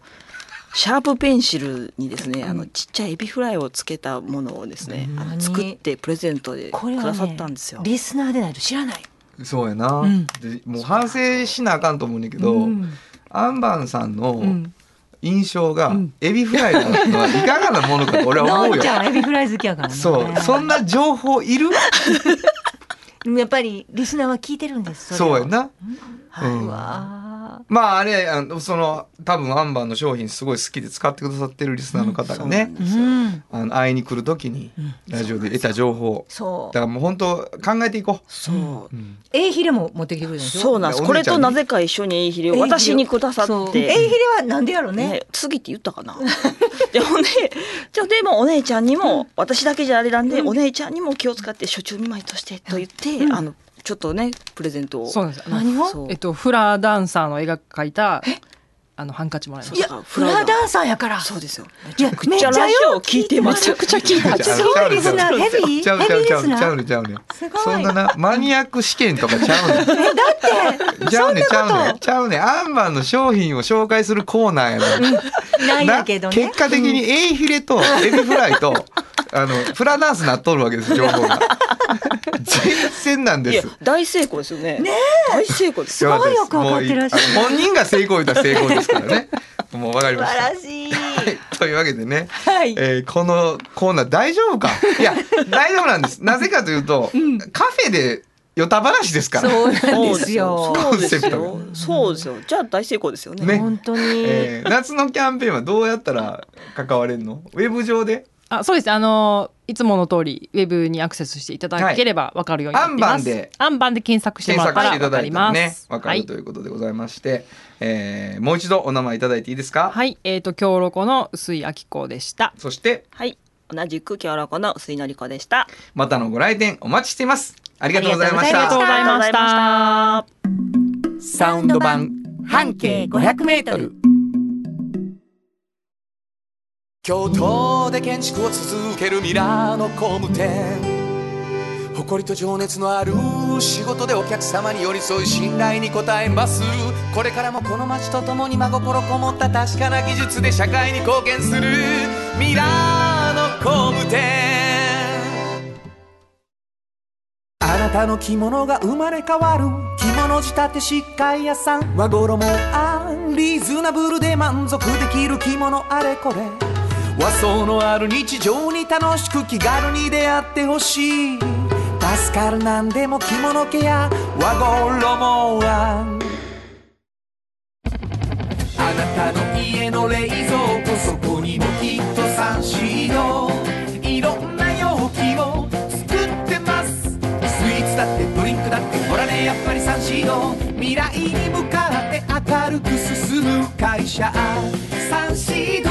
S8: シャープペンシルにですね、あのちっちゃいエビフライをつけたものをですね、あの作ってプレゼントで
S4: こ
S8: く
S4: れは
S8: ださ
S4: ね
S8: ったんですよ。
S4: リスナーでないと知らない
S2: そうやな、でもう反省しなあかんと思うねんだけど、アンバンさんの印象が、エビフライなのはいかがなものかと俺は
S4: の
S2: 思うんよ
S4: ち。ゃんエビフライ好きやからね
S2: そう、そんな情報いる。
S4: やっぱりリスナーは聞いてるんですれを
S2: そうやな。
S4: は
S2: う
S4: い
S2: ん
S4: わ
S2: まあ、あれ、あの、その、多分アンバンの商品すごい好きで使ってくださってるリスナーの方がね。
S4: ーうん
S2: あの、会いに来るときに、ラジオで得た情報。
S4: そ
S2: だ
S4: う
S2: から、もう本当考えていこう。
S8: そう
S4: エイヒレも持ってきてくれたんでしょ
S8: そうなんです。
S2: お
S8: こ
S2: 姉
S8: れ
S2: ちゃん
S8: と
S2: に
S8: なぜか一緒にエイヒレを私にくださ
S4: そう
S8: っ
S4: エイヒ
S8: て。
S4: レはなんでやろうね
S8: ね、次って言ったかな でほんでじゃあでもお姉ちゃんにも、私だけじゃあれなんで、お姉ちゃんにも気を使って初中見舞いとしてと言って、あのちょっとねプレゼントを
S7: そうなんですあの
S4: 何を
S8: そう
S7: えっとフラダンサーの絵が描いたあのハンカチもらいま
S8: そう
S7: し
S4: い
S7: た
S4: やフラダンサーやから
S8: そうですよ
S4: いやめ
S8: めっちゃラジオ聞いてます
S4: めちゃくちゃ聞い
S2: た
S4: すごいリスナーヘビー
S2: ちゃう
S4: ヘ
S2: ちゃ
S4: ビ
S2: う
S4: ー
S2: ち
S4: リ
S2: ゃう
S4: ス
S2: ちゃ
S4: ナ
S2: う
S4: ー
S2: ねちゃうね。
S4: すごい
S2: そんなな、マニアック試験とかちゃうねん。
S4: えだって
S2: ちゃうねんちゃ
S4: そんな
S2: うねん
S4: こ
S2: ちゃうねんアンバンの商品を紹介するコーナーやのに
S4: とないんだけどね
S2: 結果的にエイヒレとエビフライと、 あのフラダンスなっとるわけです情報が全然なん
S8: い
S2: で
S8: や
S2: す
S8: 大成功ですよね大成功です
S4: す
S8: よ
S4: ごいよくわかってらっしゃる
S2: もうあの本人が成功言ったら成功ですからねもうわかり
S4: 素
S2: まし
S4: 晴
S2: た
S4: らしい
S2: はいというわけでね、
S4: はい
S2: えーこのコーナー大丈夫かいや大丈夫なんですなぜかというと、カフェでヨタ話ですから
S4: そうなんですよ
S8: そうで
S2: コン
S8: す
S2: セプ
S8: よ
S2: ト
S8: そうですよじゃあ大成功ですよね
S2: ね
S4: 本当に、
S2: えー夏のキャンペーンはどうやったら関われるのウェブ上で
S7: あそうですあのいつもの通りウェブにアクセスしていただければわかるようになっていま
S2: アン
S7: す、
S2: バンで
S7: アンバンで検索しても
S2: 検
S7: らっ
S2: 索し
S7: た
S2: て
S7: ら
S2: いた
S7: わ
S2: だい
S7: かり
S2: ても
S7: ま
S2: ね
S7: す
S2: わか
S7: はい
S2: るということでございまして、えーもう一度お名前いただいていいですか、
S7: はい、えっ、と京ロコの薄井明子でした。
S2: そして
S8: はい同じく京子の水のり子でした
S2: またのご来店お待ちしていますありがとうございまし
S4: ありが
S2: た
S4: とうござい
S8: ありがとうございました
S2: サウンド版
S3: 半径500メートル
S6: 京都で建築を続けるミラーの工務店誇りと情熱のある仕事でお客様に寄り添い信頼に応えますこれからもこの街とともに真心こもった確かな技術で社会に貢献するミラーの工務店あなたの着物が生まれ変わる着物仕立て疾患屋さん和衣もあんリーズナブルで満足できる着物あれこれ和装のある日常に楽しく気軽に出会ってほしい助かるなんでも着物ケア和衣もあんあなたの家の冷蔵庫そこにもきっとサンシードいろんな容器を作ってますスイーツだってドリンクだってほらねやっぱりサンシード未来に向かって明るく進む会社サンシード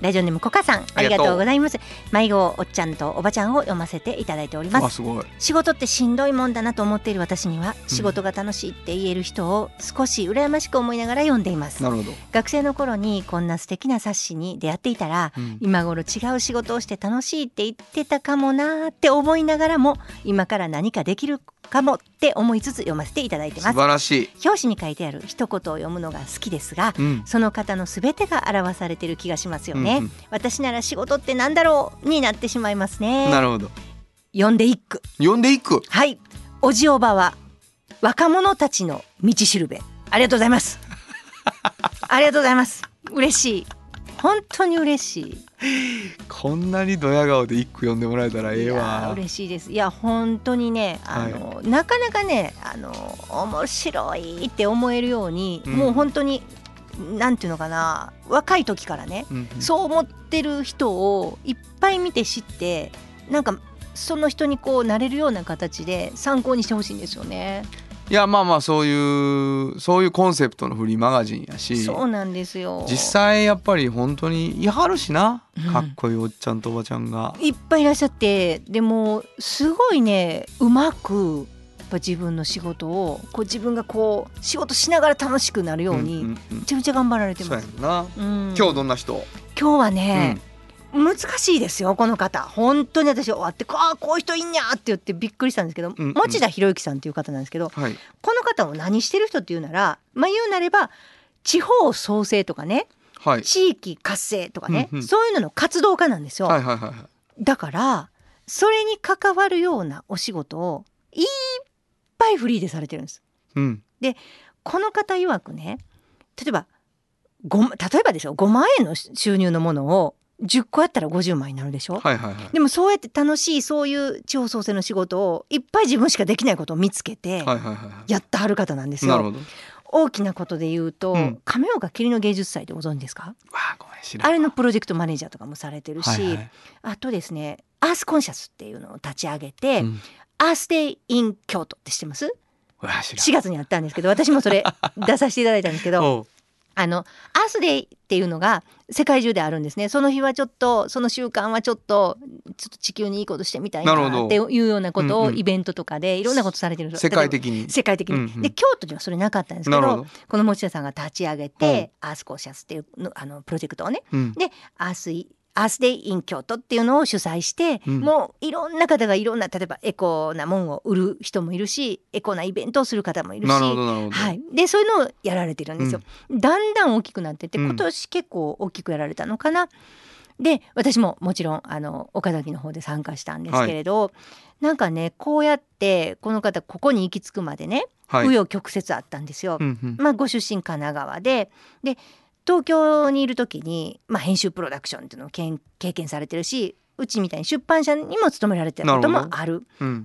S4: ラジオネームコカさんあ
S2: ありが
S4: りが
S2: とう
S4: とうございます迷子おっちゃんとおばちゃんを読ませていただいております
S2: すごい
S4: 仕事ってしんどいもんだなと思っている私には仕事が楽しいって言える人を少し羨ましく思いながら読んでいます
S2: なるほど、
S4: 学生の頃にこんな素敵な冊子に出会っていたら
S2: うん
S4: 今頃違う仕事をして楽しいって言ってたかもなーって思いながらも今から何かできるかもって思いつつ読ませていただいてま
S2: 素
S4: す
S2: 晴らしい、
S4: 表紙に書いてある一言を読むのが好きですが
S2: うん
S4: その方の全てが表されてる気がしますよね、
S2: うん
S4: 私なら仕事ってなんだろうになってしまいます
S2: うんな
S4: ね
S2: るほど
S4: 読んで一句
S2: 呼んでいく
S4: はいおじおばは若者たちの道しるべありがとうございます ありがとうございます嬉しい本当に嬉しい
S2: こんなにドヤ顔で一句呼んでもらえたらええ
S4: いやー
S2: わ
S4: 嬉しいですいや本当にねあの、なかなかねあの面白いって思えるように、
S2: うん
S4: もう本当になんていうのかな若い時からね、
S2: うん
S4: そう思ってる人をいっぱい見て知ってなんかその人にこうなれるような形で参考にしてほしいんですよね。
S2: いやまあまあそういうそういうコンセプトのフリーマガジンやし
S4: そうなんですよ。
S2: 実際やっぱり本当に言いはるしな、かっこいいおっちゃんとおばちゃんが。
S4: いっぱいいらっしゃってでもすごいねうまくやっぱ自分の仕事をこう自分がこう仕事しながら楽しくなるように、
S2: んん
S4: めちゃめちゃ頑張られ
S2: う
S4: て
S2: ん、そうや
S4: ます。
S2: んな。
S4: うん
S2: 今日どんな人、
S4: 今日はね、難しいですよこの方本当に私終わってああこういう人いんにゃーって言ってびっくりしたんですけど、
S2: うん
S4: 持田博之さんという方なんですけど
S2: はい。
S4: この方も何してる人っていうならまあ言うなれば地方創生とかね
S2: はい。
S4: 地域活性とかね、
S2: うんうん
S4: そういうのの活動家なんですよ、
S2: はいはいはいは
S4: だからそれに関わるようなお仕事をいっぱいフリーでされてるんです
S2: い。うん。
S4: この方曰くね例えばご例えばでしょ5万円の収入のものを10個やったら50万になるでしょ、
S2: はいはいはい。
S4: でもそうやって楽しいそういう地方創生の仕事をいっぱい自分しかできないことを見つけて
S2: はいはいはいは
S4: やってはる方なんです
S2: い。
S4: よ。
S2: なるほど。
S4: 大きなことで言うと、
S2: うん
S4: 亀岡霧の芸術祭でご存知ですか
S2: わあごめん知らん。
S4: あれのプロジェクトマネージャーとかもされてるし、
S2: はいはい
S4: あとですねアースコンシャスっていうのを立ち上げて、
S2: うん
S4: アースデイ・イン・京都って知ってます
S2: うわあ知らん。
S4: 4月にやったんですけど私もそれ出させていただいたんですけど
S2: おう
S4: あのアースデイっていうのが世界中であるんですねその日はちょっとその習慣はちょっとちょっと地球にいいことしてみたい
S2: なる
S4: な
S2: ほど
S4: っていうようなこと
S2: うん
S4: を
S2: うん
S4: イベントとかでいろんなことされてるんです
S2: 世界的に。
S4: 世界的に、
S2: うんうん
S4: で京都ではそれなかったんですけ
S2: な
S4: ど
S2: るほど。
S4: この持田さんが立ち上げて、アースコーシャスっていうのあのプロジェクトをね
S2: うん。
S4: アースイアースデイ・イン・京都っていうのを主催して、
S2: うん
S4: もういろんな方がいろんな例えばエコなもんを売る人もいるしエコなイベントをする方もいるし
S2: なるほどなるほど。
S4: はい、でそういうのをやられてるんですよ、だんだん大きくなってて
S2: うん
S4: 今年結構大きくやられたのかな、で私ももちろんあの岡崎の方で参加したんですけれど、なんかねこうやってこの方ここに行き着くまでね
S2: はい。
S4: 紆余、曲折あったんですよ。
S2: うんうん。
S4: まあ、ご出身神奈川でで東京にいる時に、まあ、編集プロダクションっていうのをけん経験されてるしうちみたいに出版社にも勤められてるこ
S2: な
S4: と
S2: る
S4: も
S2: ほど
S4: ある
S2: うん。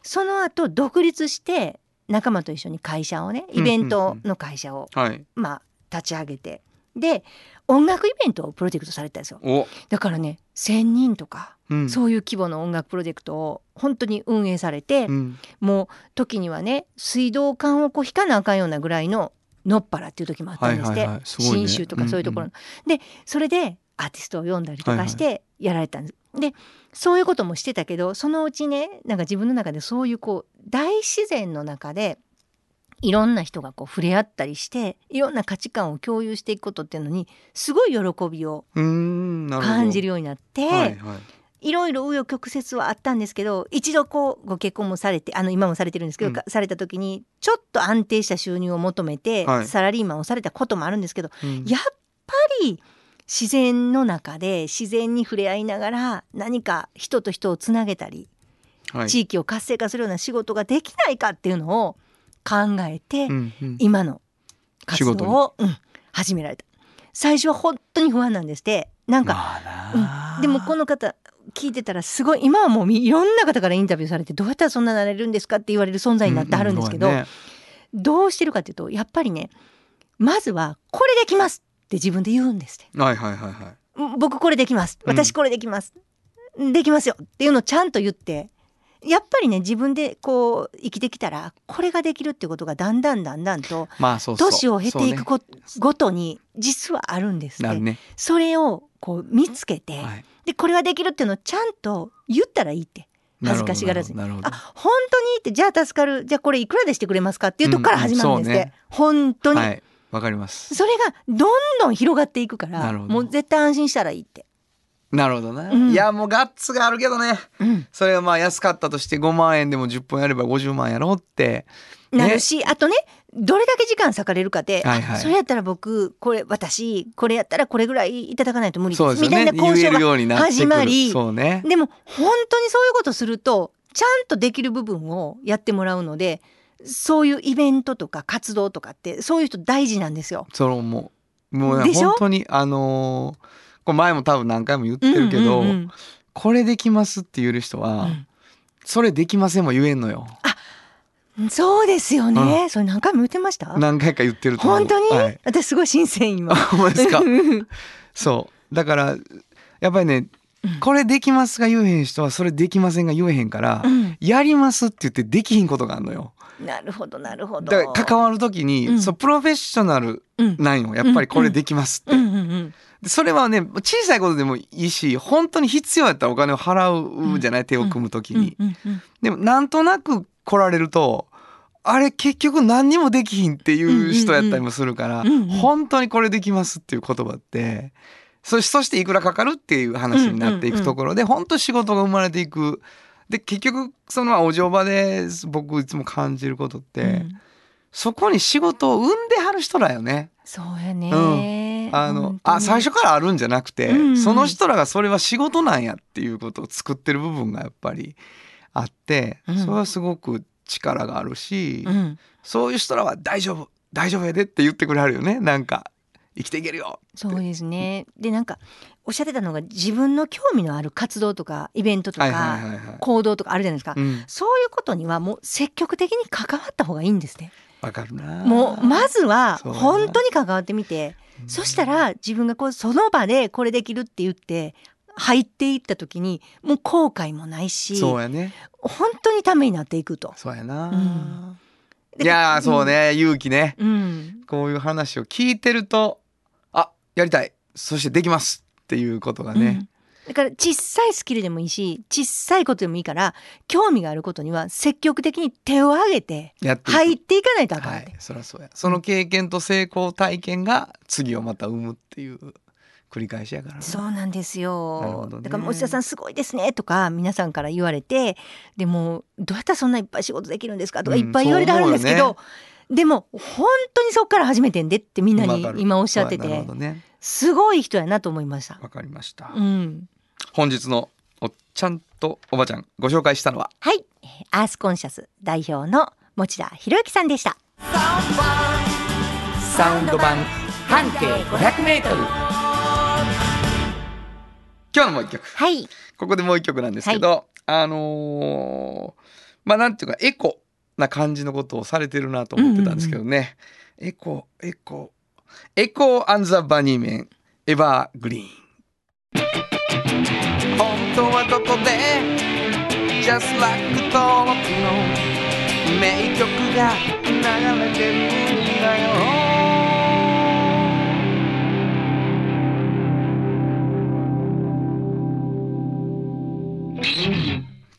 S4: その後独立して仲間と一緒に会社をねイベントの会社を、
S2: はい。
S4: まあ、立ち上げてで音楽イベントをプロジェクトされてたんですよ
S2: お。
S4: だからね1,000人とか、
S2: うん。
S4: そういう規模の音楽プロジェクトを本当に運営されて、
S2: うん。
S4: もう時にはね水道管をこう引かなあかんようなぐらいののっぱらっていう時もあったんですって、
S2: はいはいはいすごいね
S4: 信州とかそういうところの、でそれでアーティストを読んだりとかしてやられたんです。でそういうこともしてたけどそのうちねなんか自分の中でそういうこう大自然の中でいろんな人がこう触れ合ったりしていろんな価値観を共有していくことっていうのにすごい喜びを
S2: うーん。なるほど。
S4: 感じる
S2: よ。
S4: ようになって、
S2: はいはい。
S4: いろいろ紆余曲折はあったんですけど一度こうご結婚もされてあの今もされてるんですけど、
S2: うん
S4: かされた時にちょっと安定した収入を求めて、
S2: はい
S4: サラリーマンをされたこともあるんですけど
S2: うん
S4: やっぱり自然の中で自然に触れ合いながら何か人と人をつなげたり、
S2: はい
S4: 地域を活性化するような仕事ができないかっていうのを考えて、
S2: うんうん
S4: 今の活動
S2: 仕事
S4: を、うん、始められた最初は本当に不安なんですってなんか
S5: まあな
S4: でもこの方聞いてたらすごい今はもうみいろんな方からインタビューされてどうやったらそんななれるんですかって言われる存在になってはるんですけど、
S2: うう
S4: どうしてるかっていうとやっぱりねまずはこれできますって自分で言うんですって
S2: そうやねはいはいはいはい。
S4: 僕これできます
S2: うん
S4: 私これできます、できますよっていうのをちゃんと言ってやっぱりね自分でこう生きてきたらこれができるっていうことがだんだんだんだんと
S2: まあそうそう
S4: 年を経ていく
S2: こ
S4: こごとに実はあるんです
S2: とな
S4: ね
S2: るね
S4: それをこう見つけて、
S2: はい
S4: でこれはできるっていうのをちゃんと言ったらいいって恥ずかしがらずに
S2: なるほどなる
S4: あ本当にってじゃあ助かるじゃあこれいくらでしてくれますかっていうとこから始まるんです
S2: う
S4: って、
S2: んうんそうね
S4: 本当
S2: ほど
S4: に、
S2: はいわかります
S4: それがどんどん広がっていくか
S2: な
S4: ら
S2: るほど
S4: もう絶対安心したらいいって、
S2: なるほどな、
S4: うん
S2: いやもうガッツがあるけどね
S4: うん
S2: それがまあ安かったとして5万円でも10本やれば50万やろうって
S4: なるし、あとねどれだけ時間割かれるかで、
S2: はいはい
S4: あそれやったら僕これ私これやったらこれぐらいいただかないと無理です
S2: そうですよ
S4: みたい
S2: ね
S4: な
S2: 言
S4: 交
S2: え
S4: 渉
S2: る
S4: が
S2: ようになってく
S4: 始
S2: る
S4: まり
S2: そうね
S4: でも本当にそういうことするとちゃんとできる部分をやってもらうのでそういうイベントとか活動とかってそういう人大事なんですよ。
S2: それもうもうね
S4: でしょ
S2: 本当にあのーこれ前も多分何回も言ってるけど、
S4: うんうんうん
S2: これできますって言える人は、
S4: うん
S2: それできませんも言えんのよ
S4: そうですよね。それ何回も言ってました
S2: 何回か言ってると思う
S4: 本当に、
S2: はい、
S4: 私すごい新鮮 今。
S2: ほんまですかそうだからやっぱりね、これできますが言えへん人はそれできませんが言えへんから、
S4: うん
S2: やりますって言ってできひんことがあるのよ
S4: なるほどなるほど。
S2: だから関わる時に、
S4: うん
S2: そうプロフェッショナル
S4: うん
S2: なんよやっぱりこれできますって、
S4: うんうんうん
S2: でそれはね小さいことでもいいし本当に必要やったらお金を払うじゃない、手を組む時に、
S4: うんうん
S2: でもなんとなく来られるとあれ結局何にもできひんっていう人やったりもするから、
S4: うんうんうん
S2: 本当にこれできますっていう言葉ってそそしていくらかかるっていう話になっていくところで、本当仕事が生まれていくで結局そのお嬢場で僕いつも感じることって、
S4: うん
S2: そこに仕事を生んではる人らよね。
S4: そうやね。
S2: あのあ最初
S4: か
S2: からあるんじゃなくて、
S4: うんうん
S2: その人らがそれは仕事なんやっていうことを作ってる部分がやっぱりあって、
S4: うん
S2: それはすごく力があるし、
S4: うん、
S2: そういう人らは「大丈夫大丈夫やで」って言ってくれはるよねなんか生きていけるよ
S4: そうですね。でなんかおっしゃってたのが自分の興味のある活動とかイベントとか、
S2: はいはいはいはい
S4: 行動とかあるじゃないですか。
S2: うん
S4: そういうことにはもう積極的に関わった方がいいんですね。
S2: わかるな
S4: もうまずは
S2: そうだな
S4: 本当に関わってみて、そしたら自分がこうその場でこれできるって言って入っていった時にもう後悔もないし、
S2: そうやね
S4: 本当にためになっていくと。
S2: そうやな、
S4: うん
S2: いやーそう。ね勇気ね
S4: うん。
S2: こういう話を聞いてると「あやりたいそしてできます」っていうことが
S4: うん
S2: ね、
S4: だから小さいスキルでもいいし小さいことでもいいから興味があることには積極的に手を挙げて
S2: やっていく
S4: 入っていかないとあかん
S2: は
S4: って
S2: い、そりゃそうやその経験と成功体験が次をまた生むっていう繰り返しやからな
S4: そうなんです
S2: なるほ
S4: よ。
S2: どね
S4: だからもう吉田さんすごいですねとか皆さんから言われてでもどうやったらそんないっぱい仕事できるんですかとか
S2: うん
S4: いっぱい言われてあるんですけ
S2: そう
S4: ど、でも本当にそこから始めてんでってみんなに
S2: わかる
S4: 今おっしゃって
S2: あなる
S4: て
S2: ほどね
S4: すごい人やなと思いました。
S2: わかりました、
S4: うん、
S2: 本日のおっちゃんとおばちゃんご紹介したのは
S4: はいアースコンシャス代表の持田博之さんでした。
S2: サウンド版
S3: 半径500メートル
S2: 今日のもう一曲
S4: はい、
S2: ここでもう一曲なんですけど、あのーまあなんていうかエコな感じのことをされてるなと思ってたんですけどね、エコエコエコアンザバニーメンエバーグリーン本当はどこで Just like 登録の名曲が流れてるんだよ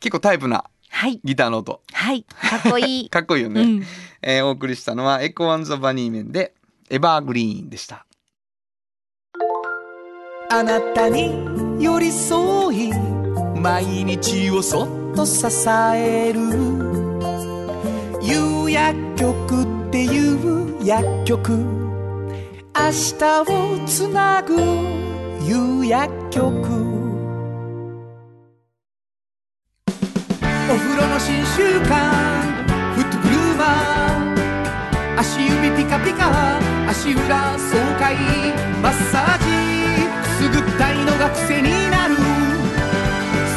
S2: 結構タイプな
S4: はい、
S2: ギターの音
S4: はい、かっこ いい。
S2: かっこいいよね、
S4: うん
S2: えーお送りしたのはエコーザバニーメンでエバーグリーンでした
S6: あなたに寄り添い毎日をそっと支える有薬局っていう薬局明日をつなぐ有薬局お風呂の新習慣フットグルーマー足指ピカピカ足裏爽快マッサージくすぐったいのが癖になる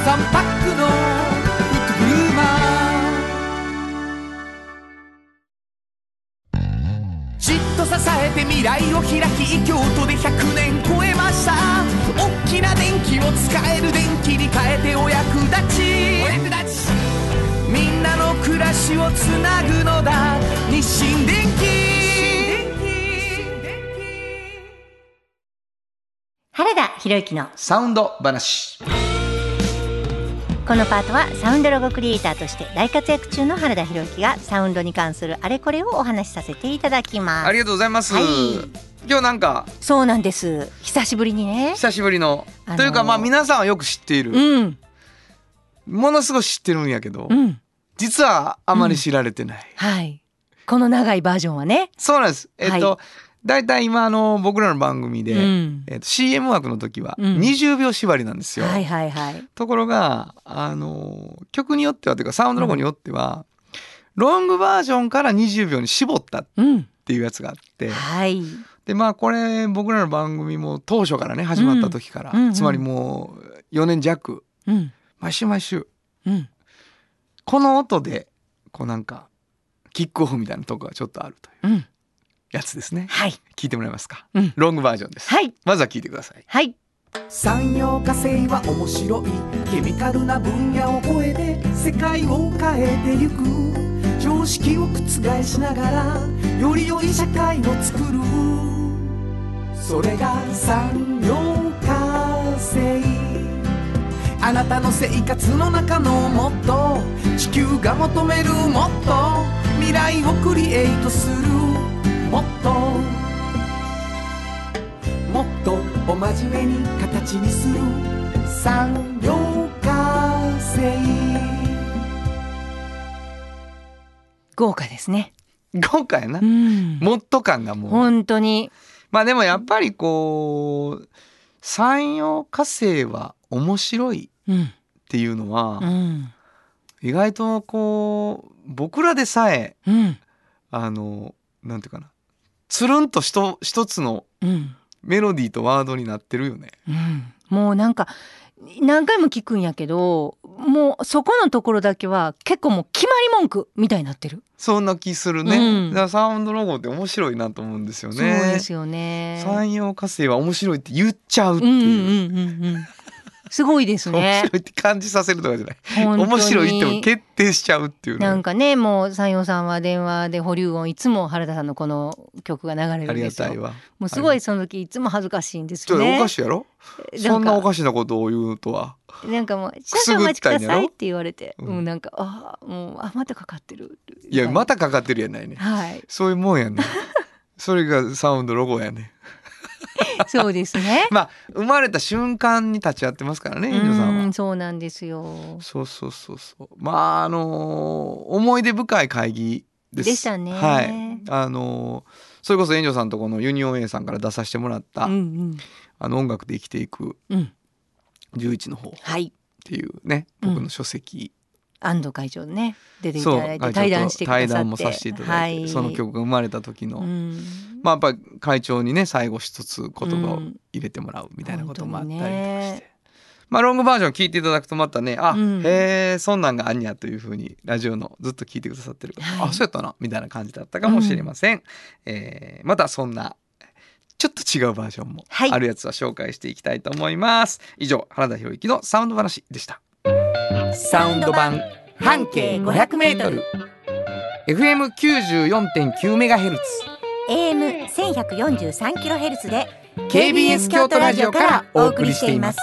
S6: 三パックのフットグルーマーじっと支えて未来を開き京都で100年超えましたおをつなぐのだ日清電機
S4: 原田博之の
S2: サウンド話
S4: このパートはサウンドロゴクリエイターとして大活躍中の原田博之がサウンドに関するあれこれをお話しさせていただきます。
S2: ありがとうございます、
S4: はい
S2: 今日なんか
S4: そうなんです久しぶりにね。
S2: 久しぶりの、
S4: あのー
S2: というかまあ皆さんはよく知っている、
S4: うん
S2: ものすごい知ってるんやけど、
S4: うん
S2: 実はあまり知られてない、
S4: はいこの長いバージョンはね。
S2: そうなんですえっ、と、だいたい今あの僕らの番組で、
S4: うん
S2: えっと CM 枠の時は
S4: うん
S2: 20秒縛りなんですよ、
S4: はいはいはい。
S2: ところがあの曲によってはというかサウンドロゴによっては、ロングバージョンから20秒に絞ったっ
S4: うん
S2: ていうやつがあって
S4: はい。
S2: でまあこれ僕らの番組も当初からね始まった時から、
S4: うんうんうん
S2: つまりもう4年弱
S4: うん
S2: 毎週毎週
S4: うん
S2: この音でこうなんかキックオフみたいなとこがちょっとあるという
S4: うん
S2: やつですね
S4: はい
S2: 聞いてもらえますか、
S4: うん
S2: ロングバージョンです、
S4: はい
S2: まずは聞いてください
S4: はい。
S6: 産業化成は面白いケミカルな分野を超えて世界を変えてゆく常識を覆しながらより良い社会を作るそれが産業化成あなたの生活の中のもっと地球が求めるもっと未来をクリエイトするもっともっとお真面目に形にする産業化成
S4: 豪華ですね。
S2: 今回な、
S4: ん
S2: モッド感がもう
S4: 本当に
S2: まあでもやっぱりこう産業化成は面白い
S4: うん
S2: っていうのは、
S4: うん
S2: 意外とこう僕らでさえ
S4: うん
S2: あのなんていうかなつるんとひと一つの
S4: うん。
S2: メロディーとワードになってるよね。
S4: うんもうなんか何回も聞くんやけどもうそこのところだけは結構もう決まり文句みたいになってる、
S2: そんな気するね。
S4: うん
S2: だからサウンドロゴって面白いなと思うんですよ
S4: そうで
S2: ね。
S4: すよね
S2: 産業化成は面白いって言っちゃうって
S4: う
S2: いう。
S4: んうんうんうんうんすごいです
S2: 面
S4: ね
S2: 白いって感じさせるとかじゃない。
S4: 本当に
S2: 面白いっても決定しちゃうっていうね
S4: なんかねもう山陽さんは電話で保留音いつも原田さんのこの曲が流れ
S2: あ
S4: るん
S2: り
S4: で
S2: が
S4: す
S2: たい
S4: よ
S2: わ。
S4: もうすごいその時いつも恥ずかしいんです
S2: ちょ
S4: よ
S2: っとお
S4: ね
S2: かしいやろ。そんなおかしなことを言うとは。
S4: なんかもう「
S2: すぐ
S4: 少々お待ちくだ
S2: ったん
S4: さい」
S2: や
S4: っ
S2: ろ
S4: て言われて、
S2: う
S4: うんんなんかあもうあまたかかってる
S2: いや、またかかってるやないね。
S4: はい
S2: そういうもんや ね。それがサウンドロゴやね。
S4: そ うですね
S2: まあ、生まれた瞬間に立ち会ってますからね、犬さん
S4: う
S2: は
S4: ん。そうなんですよ
S2: そうそうそうそう。まあ、あのー思い出深い会議です。
S4: でしたね
S2: はい。あのーそれこそ園長さんとこのユニオン A さんから出させてもらった、
S4: うん
S2: あの音楽で生きていく
S4: うんうん
S2: 11の方っ
S4: はい
S2: ていうね、
S4: うん
S2: 僕の書籍、
S4: 安藤会長ね出ていた
S2: そう
S4: だい
S2: 会長
S4: て
S2: と
S4: 対談してくださっ
S2: 対
S4: て
S2: 談もさせていただいて、
S4: は
S2: その曲が生まれた時の、
S4: うん
S2: まあやっぱり会長にね最後一つ言葉
S4: う
S2: を
S4: ん
S2: 入れてもらうみたいなこともあったりとかして、
S4: 本当にね
S2: まあロングバージョン聞いていただくとまたねあ、
S4: うん
S2: へえそんなんがあんにゃというふうにラジオのずっと聞いてくださってる方、
S4: はい
S2: あそうやったなみたいな感じだったかもしれません、えーまたそんなちょっと違うバージョンも
S4: はい
S2: あるやつは紹介していきたいと思います、以上原田博之のサウンド話でした
S3: サウンド版半径500メートル
S2: FM94.9MHz
S9: AM 千百四十三キロヘルツで
S3: KBS 京都ラジオからお送りしています。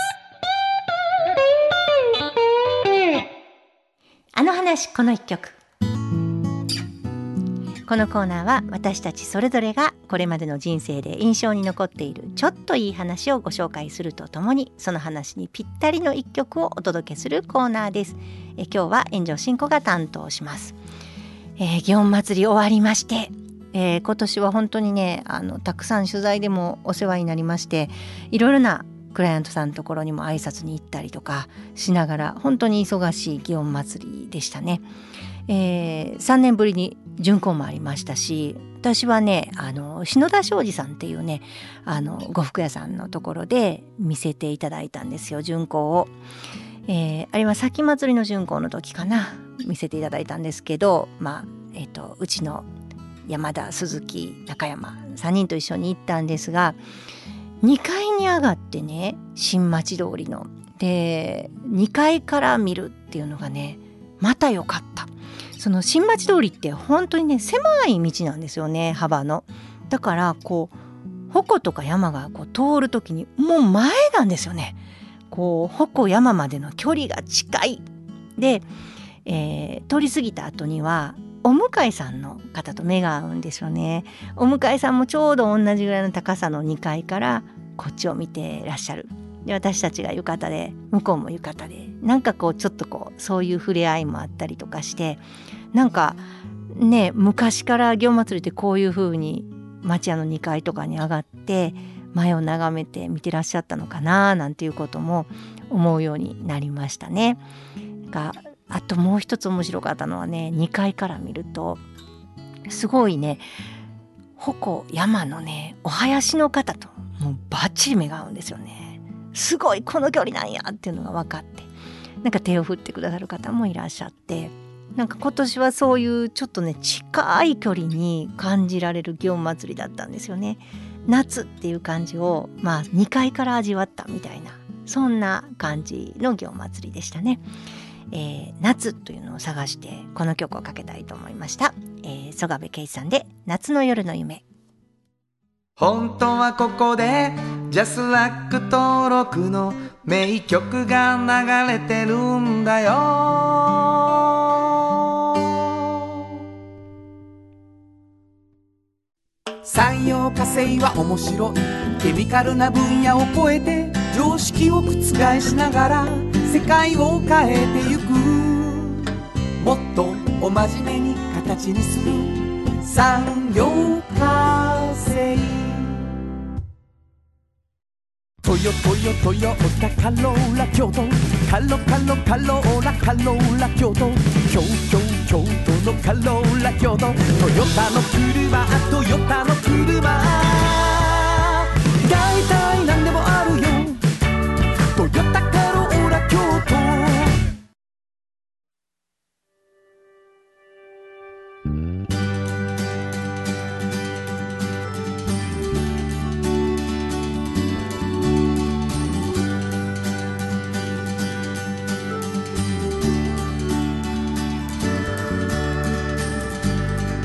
S9: あの話この一曲。
S4: このコーナーは私たちそれぞれがこれまでの人生で印象に残っているちょっといい話をご紹介するとともにその話にぴったりの一曲をお届けするコーナーですえ今日は炎上進行が担当します、えー、祇園祭り終わりましてえー今年は本当にねあのたくさん取材でもお世話になりましていろいろなクライアントさんのところにも挨拶に行ったりとかしながら本当に忙しい祇園祭りでしたね。えー3年ぶりに巡行もありましたし私はねあの篠田庄司さんっていうねあの呉服屋さんのところで見せていただいたんですよ巡行を。えーあれは先祭りの巡行の時かな見せていただいたんですけど、まあえっとうちの山田鈴木中山3人と一緒に行ったんですが2階に上がってね新町通りので2階から見るっていうのがねまた良かった。その新町通りって本当にね狭い道なんですよね幅の。だからこう鉾とか山がこう通る時にもう前なんですよね。こう鉾山までの距離が近い。で、えー通り過ぎた後にはお向かいさんの方と目が合うんですよね。お向かいさんもちょうど同じぐらいの高さの2階からこっちを見てらっしゃる。で私たちが浴衣で向こうも浴衣でなんかこうちょっとこうそういう触れ合いもあったりとかしてなんかね昔から祇園祭ってこういう風に町屋の2階とかに上がって前を眺めて見てらっしゃったのかななんていうことも思うようになりましたね。があともう一つ面白かったのはね2階から見るとすごいね鉾山のねお囃子の方ともうバッチリ目が合うんですよね。すごいこの距離なんやっていうのが分かってなんか手を振ってくださる方もいらっしゃってなんか今年はそういうちょっとね近い距離に感じられる祇園祭りだったんですよね。夏っていう感じをまあ2階から味わったみたいなそんな感じの祇園祭りでしたね。えー夏というのを探してこの曲をかけたいと思いました。えー、曽我部圭さんで夏の夜の夢。
S2: 本当はここでジャスラック登録の名曲が流れてるんだよ
S6: 産業化成は面白いケミカルな分野を超えて常識を覆しながら世界を変えてゆくもっとお真面目に形にする産業化成トヨトヨトヨタカローラ京都カロカロカローラカローラ京都京都京都のカローラ京都トヨタの車トヨタの車だいたいなんでもあるよトヨタカローラ京都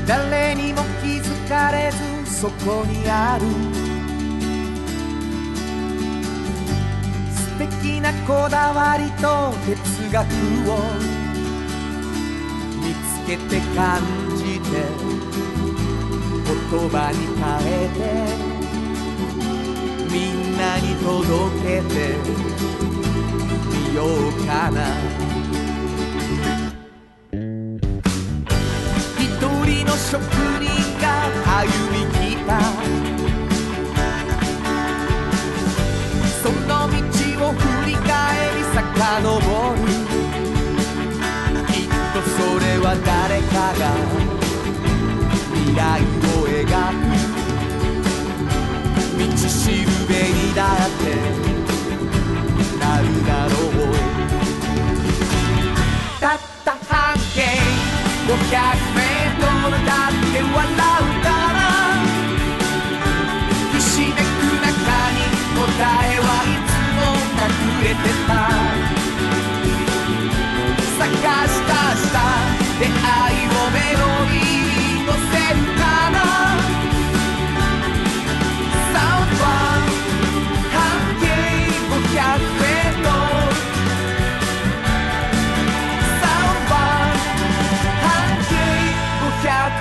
S6: 誰にも気づかれずそこにある素敵なこだわりと哲学を見つけて感じて言葉に変えてみんなに届けてみようかな一人の職人が歩み来たその道を振り返り遡るきっとそれは誰かが未来を描く道しるべにだってなるだろうたった半径500メートルだって笑うからひしめく中に答えはいつも隠れてた探したした出会いをメロディーに乗せるかなサウンドは半径500メートルサンバ半径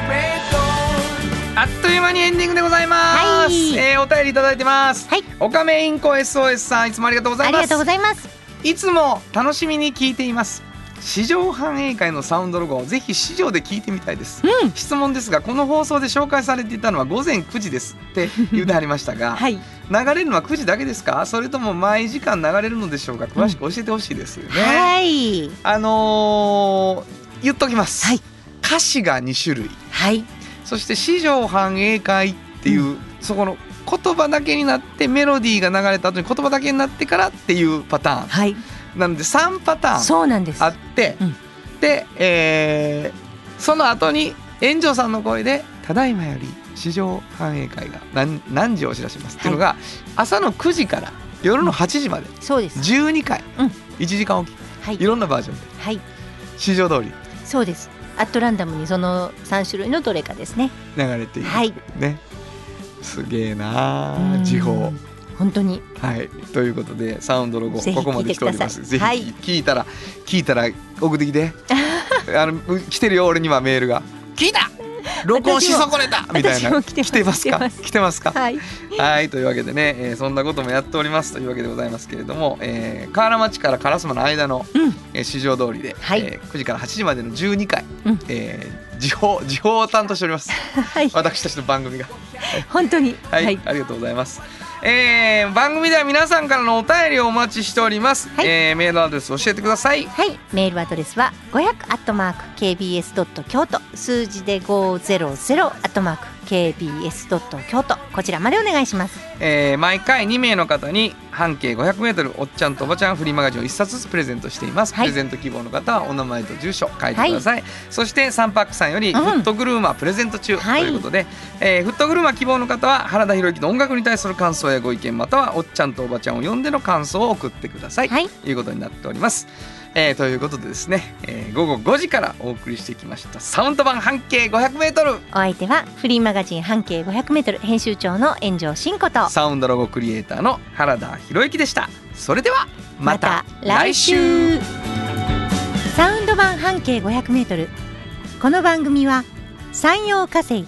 S6: 500メートル
S2: あっという間にエンディングでございます、
S4: はい
S2: えーお便りいただいてます、
S4: はい
S2: 岡メインコ SOS さんいつもありがとうござ
S4: あ
S2: い
S4: り
S2: ま
S4: が
S2: す
S4: とうございます。
S2: いつも楽しみに聞いています市場繁栄会のサウンドロゴをぜひ市場で聞いてみたいです、
S4: うん
S2: 質問ですがこの放送で紹介されていたのは午前9時ですって言うてありましたが、
S4: はい。
S2: 流れるのは9時だけですかそれとも毎時間流れるのでしょうか詳しく教えてほしいですよね、
S4: はい。
S2: あのー言っときます、
S4: はい
S2: 歌詞が2種類
S4: はい。
S2: そして市場繁栄会っていう、そこの言葉だけになってメロディーが流れた後に言葉だけになってからっていうパターン
S4: はい。
S2: なので3パターン
S4: そうなんです。
S2: あって、
S4: うん
S2: で、えーその後に炎上さんの声で「ただいまより市場繁栄会が何何時をお知らせします」っていうのが、朝の9時から夜の8時まで
S4: そうです。
S2: 12回、
S4: うん
S2: 1時間おき
S4: はい
S2: い。ろんなバージョンで
S4: はい。
S2: 市場通り
S4: そうです。
S3: アットランダムにその3種類のどれかですね
S2: 流れている、
S3: はい
S2: ねすげえなあ時報
S3: 本当に
S2: はいということでサウンドロゴ
S3: ぜひ
S2: ここまで来ております
S3: 聞
S2: ぜ
S3: いてくだ
S2: ひ
S3: さい
S2: 聞いたら聞いたら送ってき てあのう来てるよ俺にはメールが聞いた録音し損ねたみたい
S3: 私
S2: な
S3: も来てます
S2: 来てますか
S3: 来てます
S2: 来てますか
S3: はい
S2: はいというわけでね、えーそんなこともやっておりますというわけでございますけれども、えー、河原町から烏丸の間の、
S3: うん
S2: えー市場通りで、
S3: はい
S2: えー9時から8時までの12回、
S3: うん
S2: えー時報時報を担当しております
S3: はい
S2: 私たちの番組が
S3: 本当に
S2: はい、ありがとうございます。えー、番組では皆さんからのお便りをお待ちしております。
S3: はい
S2: えーメールアドレス教えてください。
S3: はい、メールアドレスは5 0 0 k b s k y o t 数字で5 0 0 k b s k y o t こちらまでお願いします。
S2: えー毎回2名の方に半径500メートルおっちゃんとおばちゃんフリーマガジンを1冊ずつプレゼントしています、
S3: はい
S2: プレゼント希望の方はお名前と住所書いてください、そしてサンパックさんより
S3: う
S2: フ
S3: ん
S2: ットグルーマープレゼント中と
S3: はい
S2: いうことで、えーフットグルーマー希望の方は原田博之の音楽に対する感想やご意見またはおっちゃんとおばちゃんを呼んでの感想を送ってください、
S3: はい
S2: ということになっております、えーということでですね、えー午後5時からお送りしてきましたサウンド版半径500メートル
S3: お相手はフリーマガジン半径500メートル編集長の炎上真子と。
S2: サウンドロゴクリエイターの原田博之でしたそれではまた来週
S3: サウンド版半径500メートルこの番組は山陽火星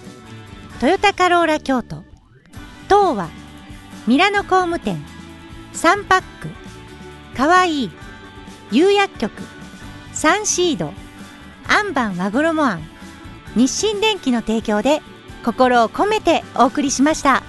S3: トヨタカローラ京都東和ミラノ工務店サンパックかわいい釉薬局サンシードアンバン和衣あん日清電機の提供で心を込めてお送りしました。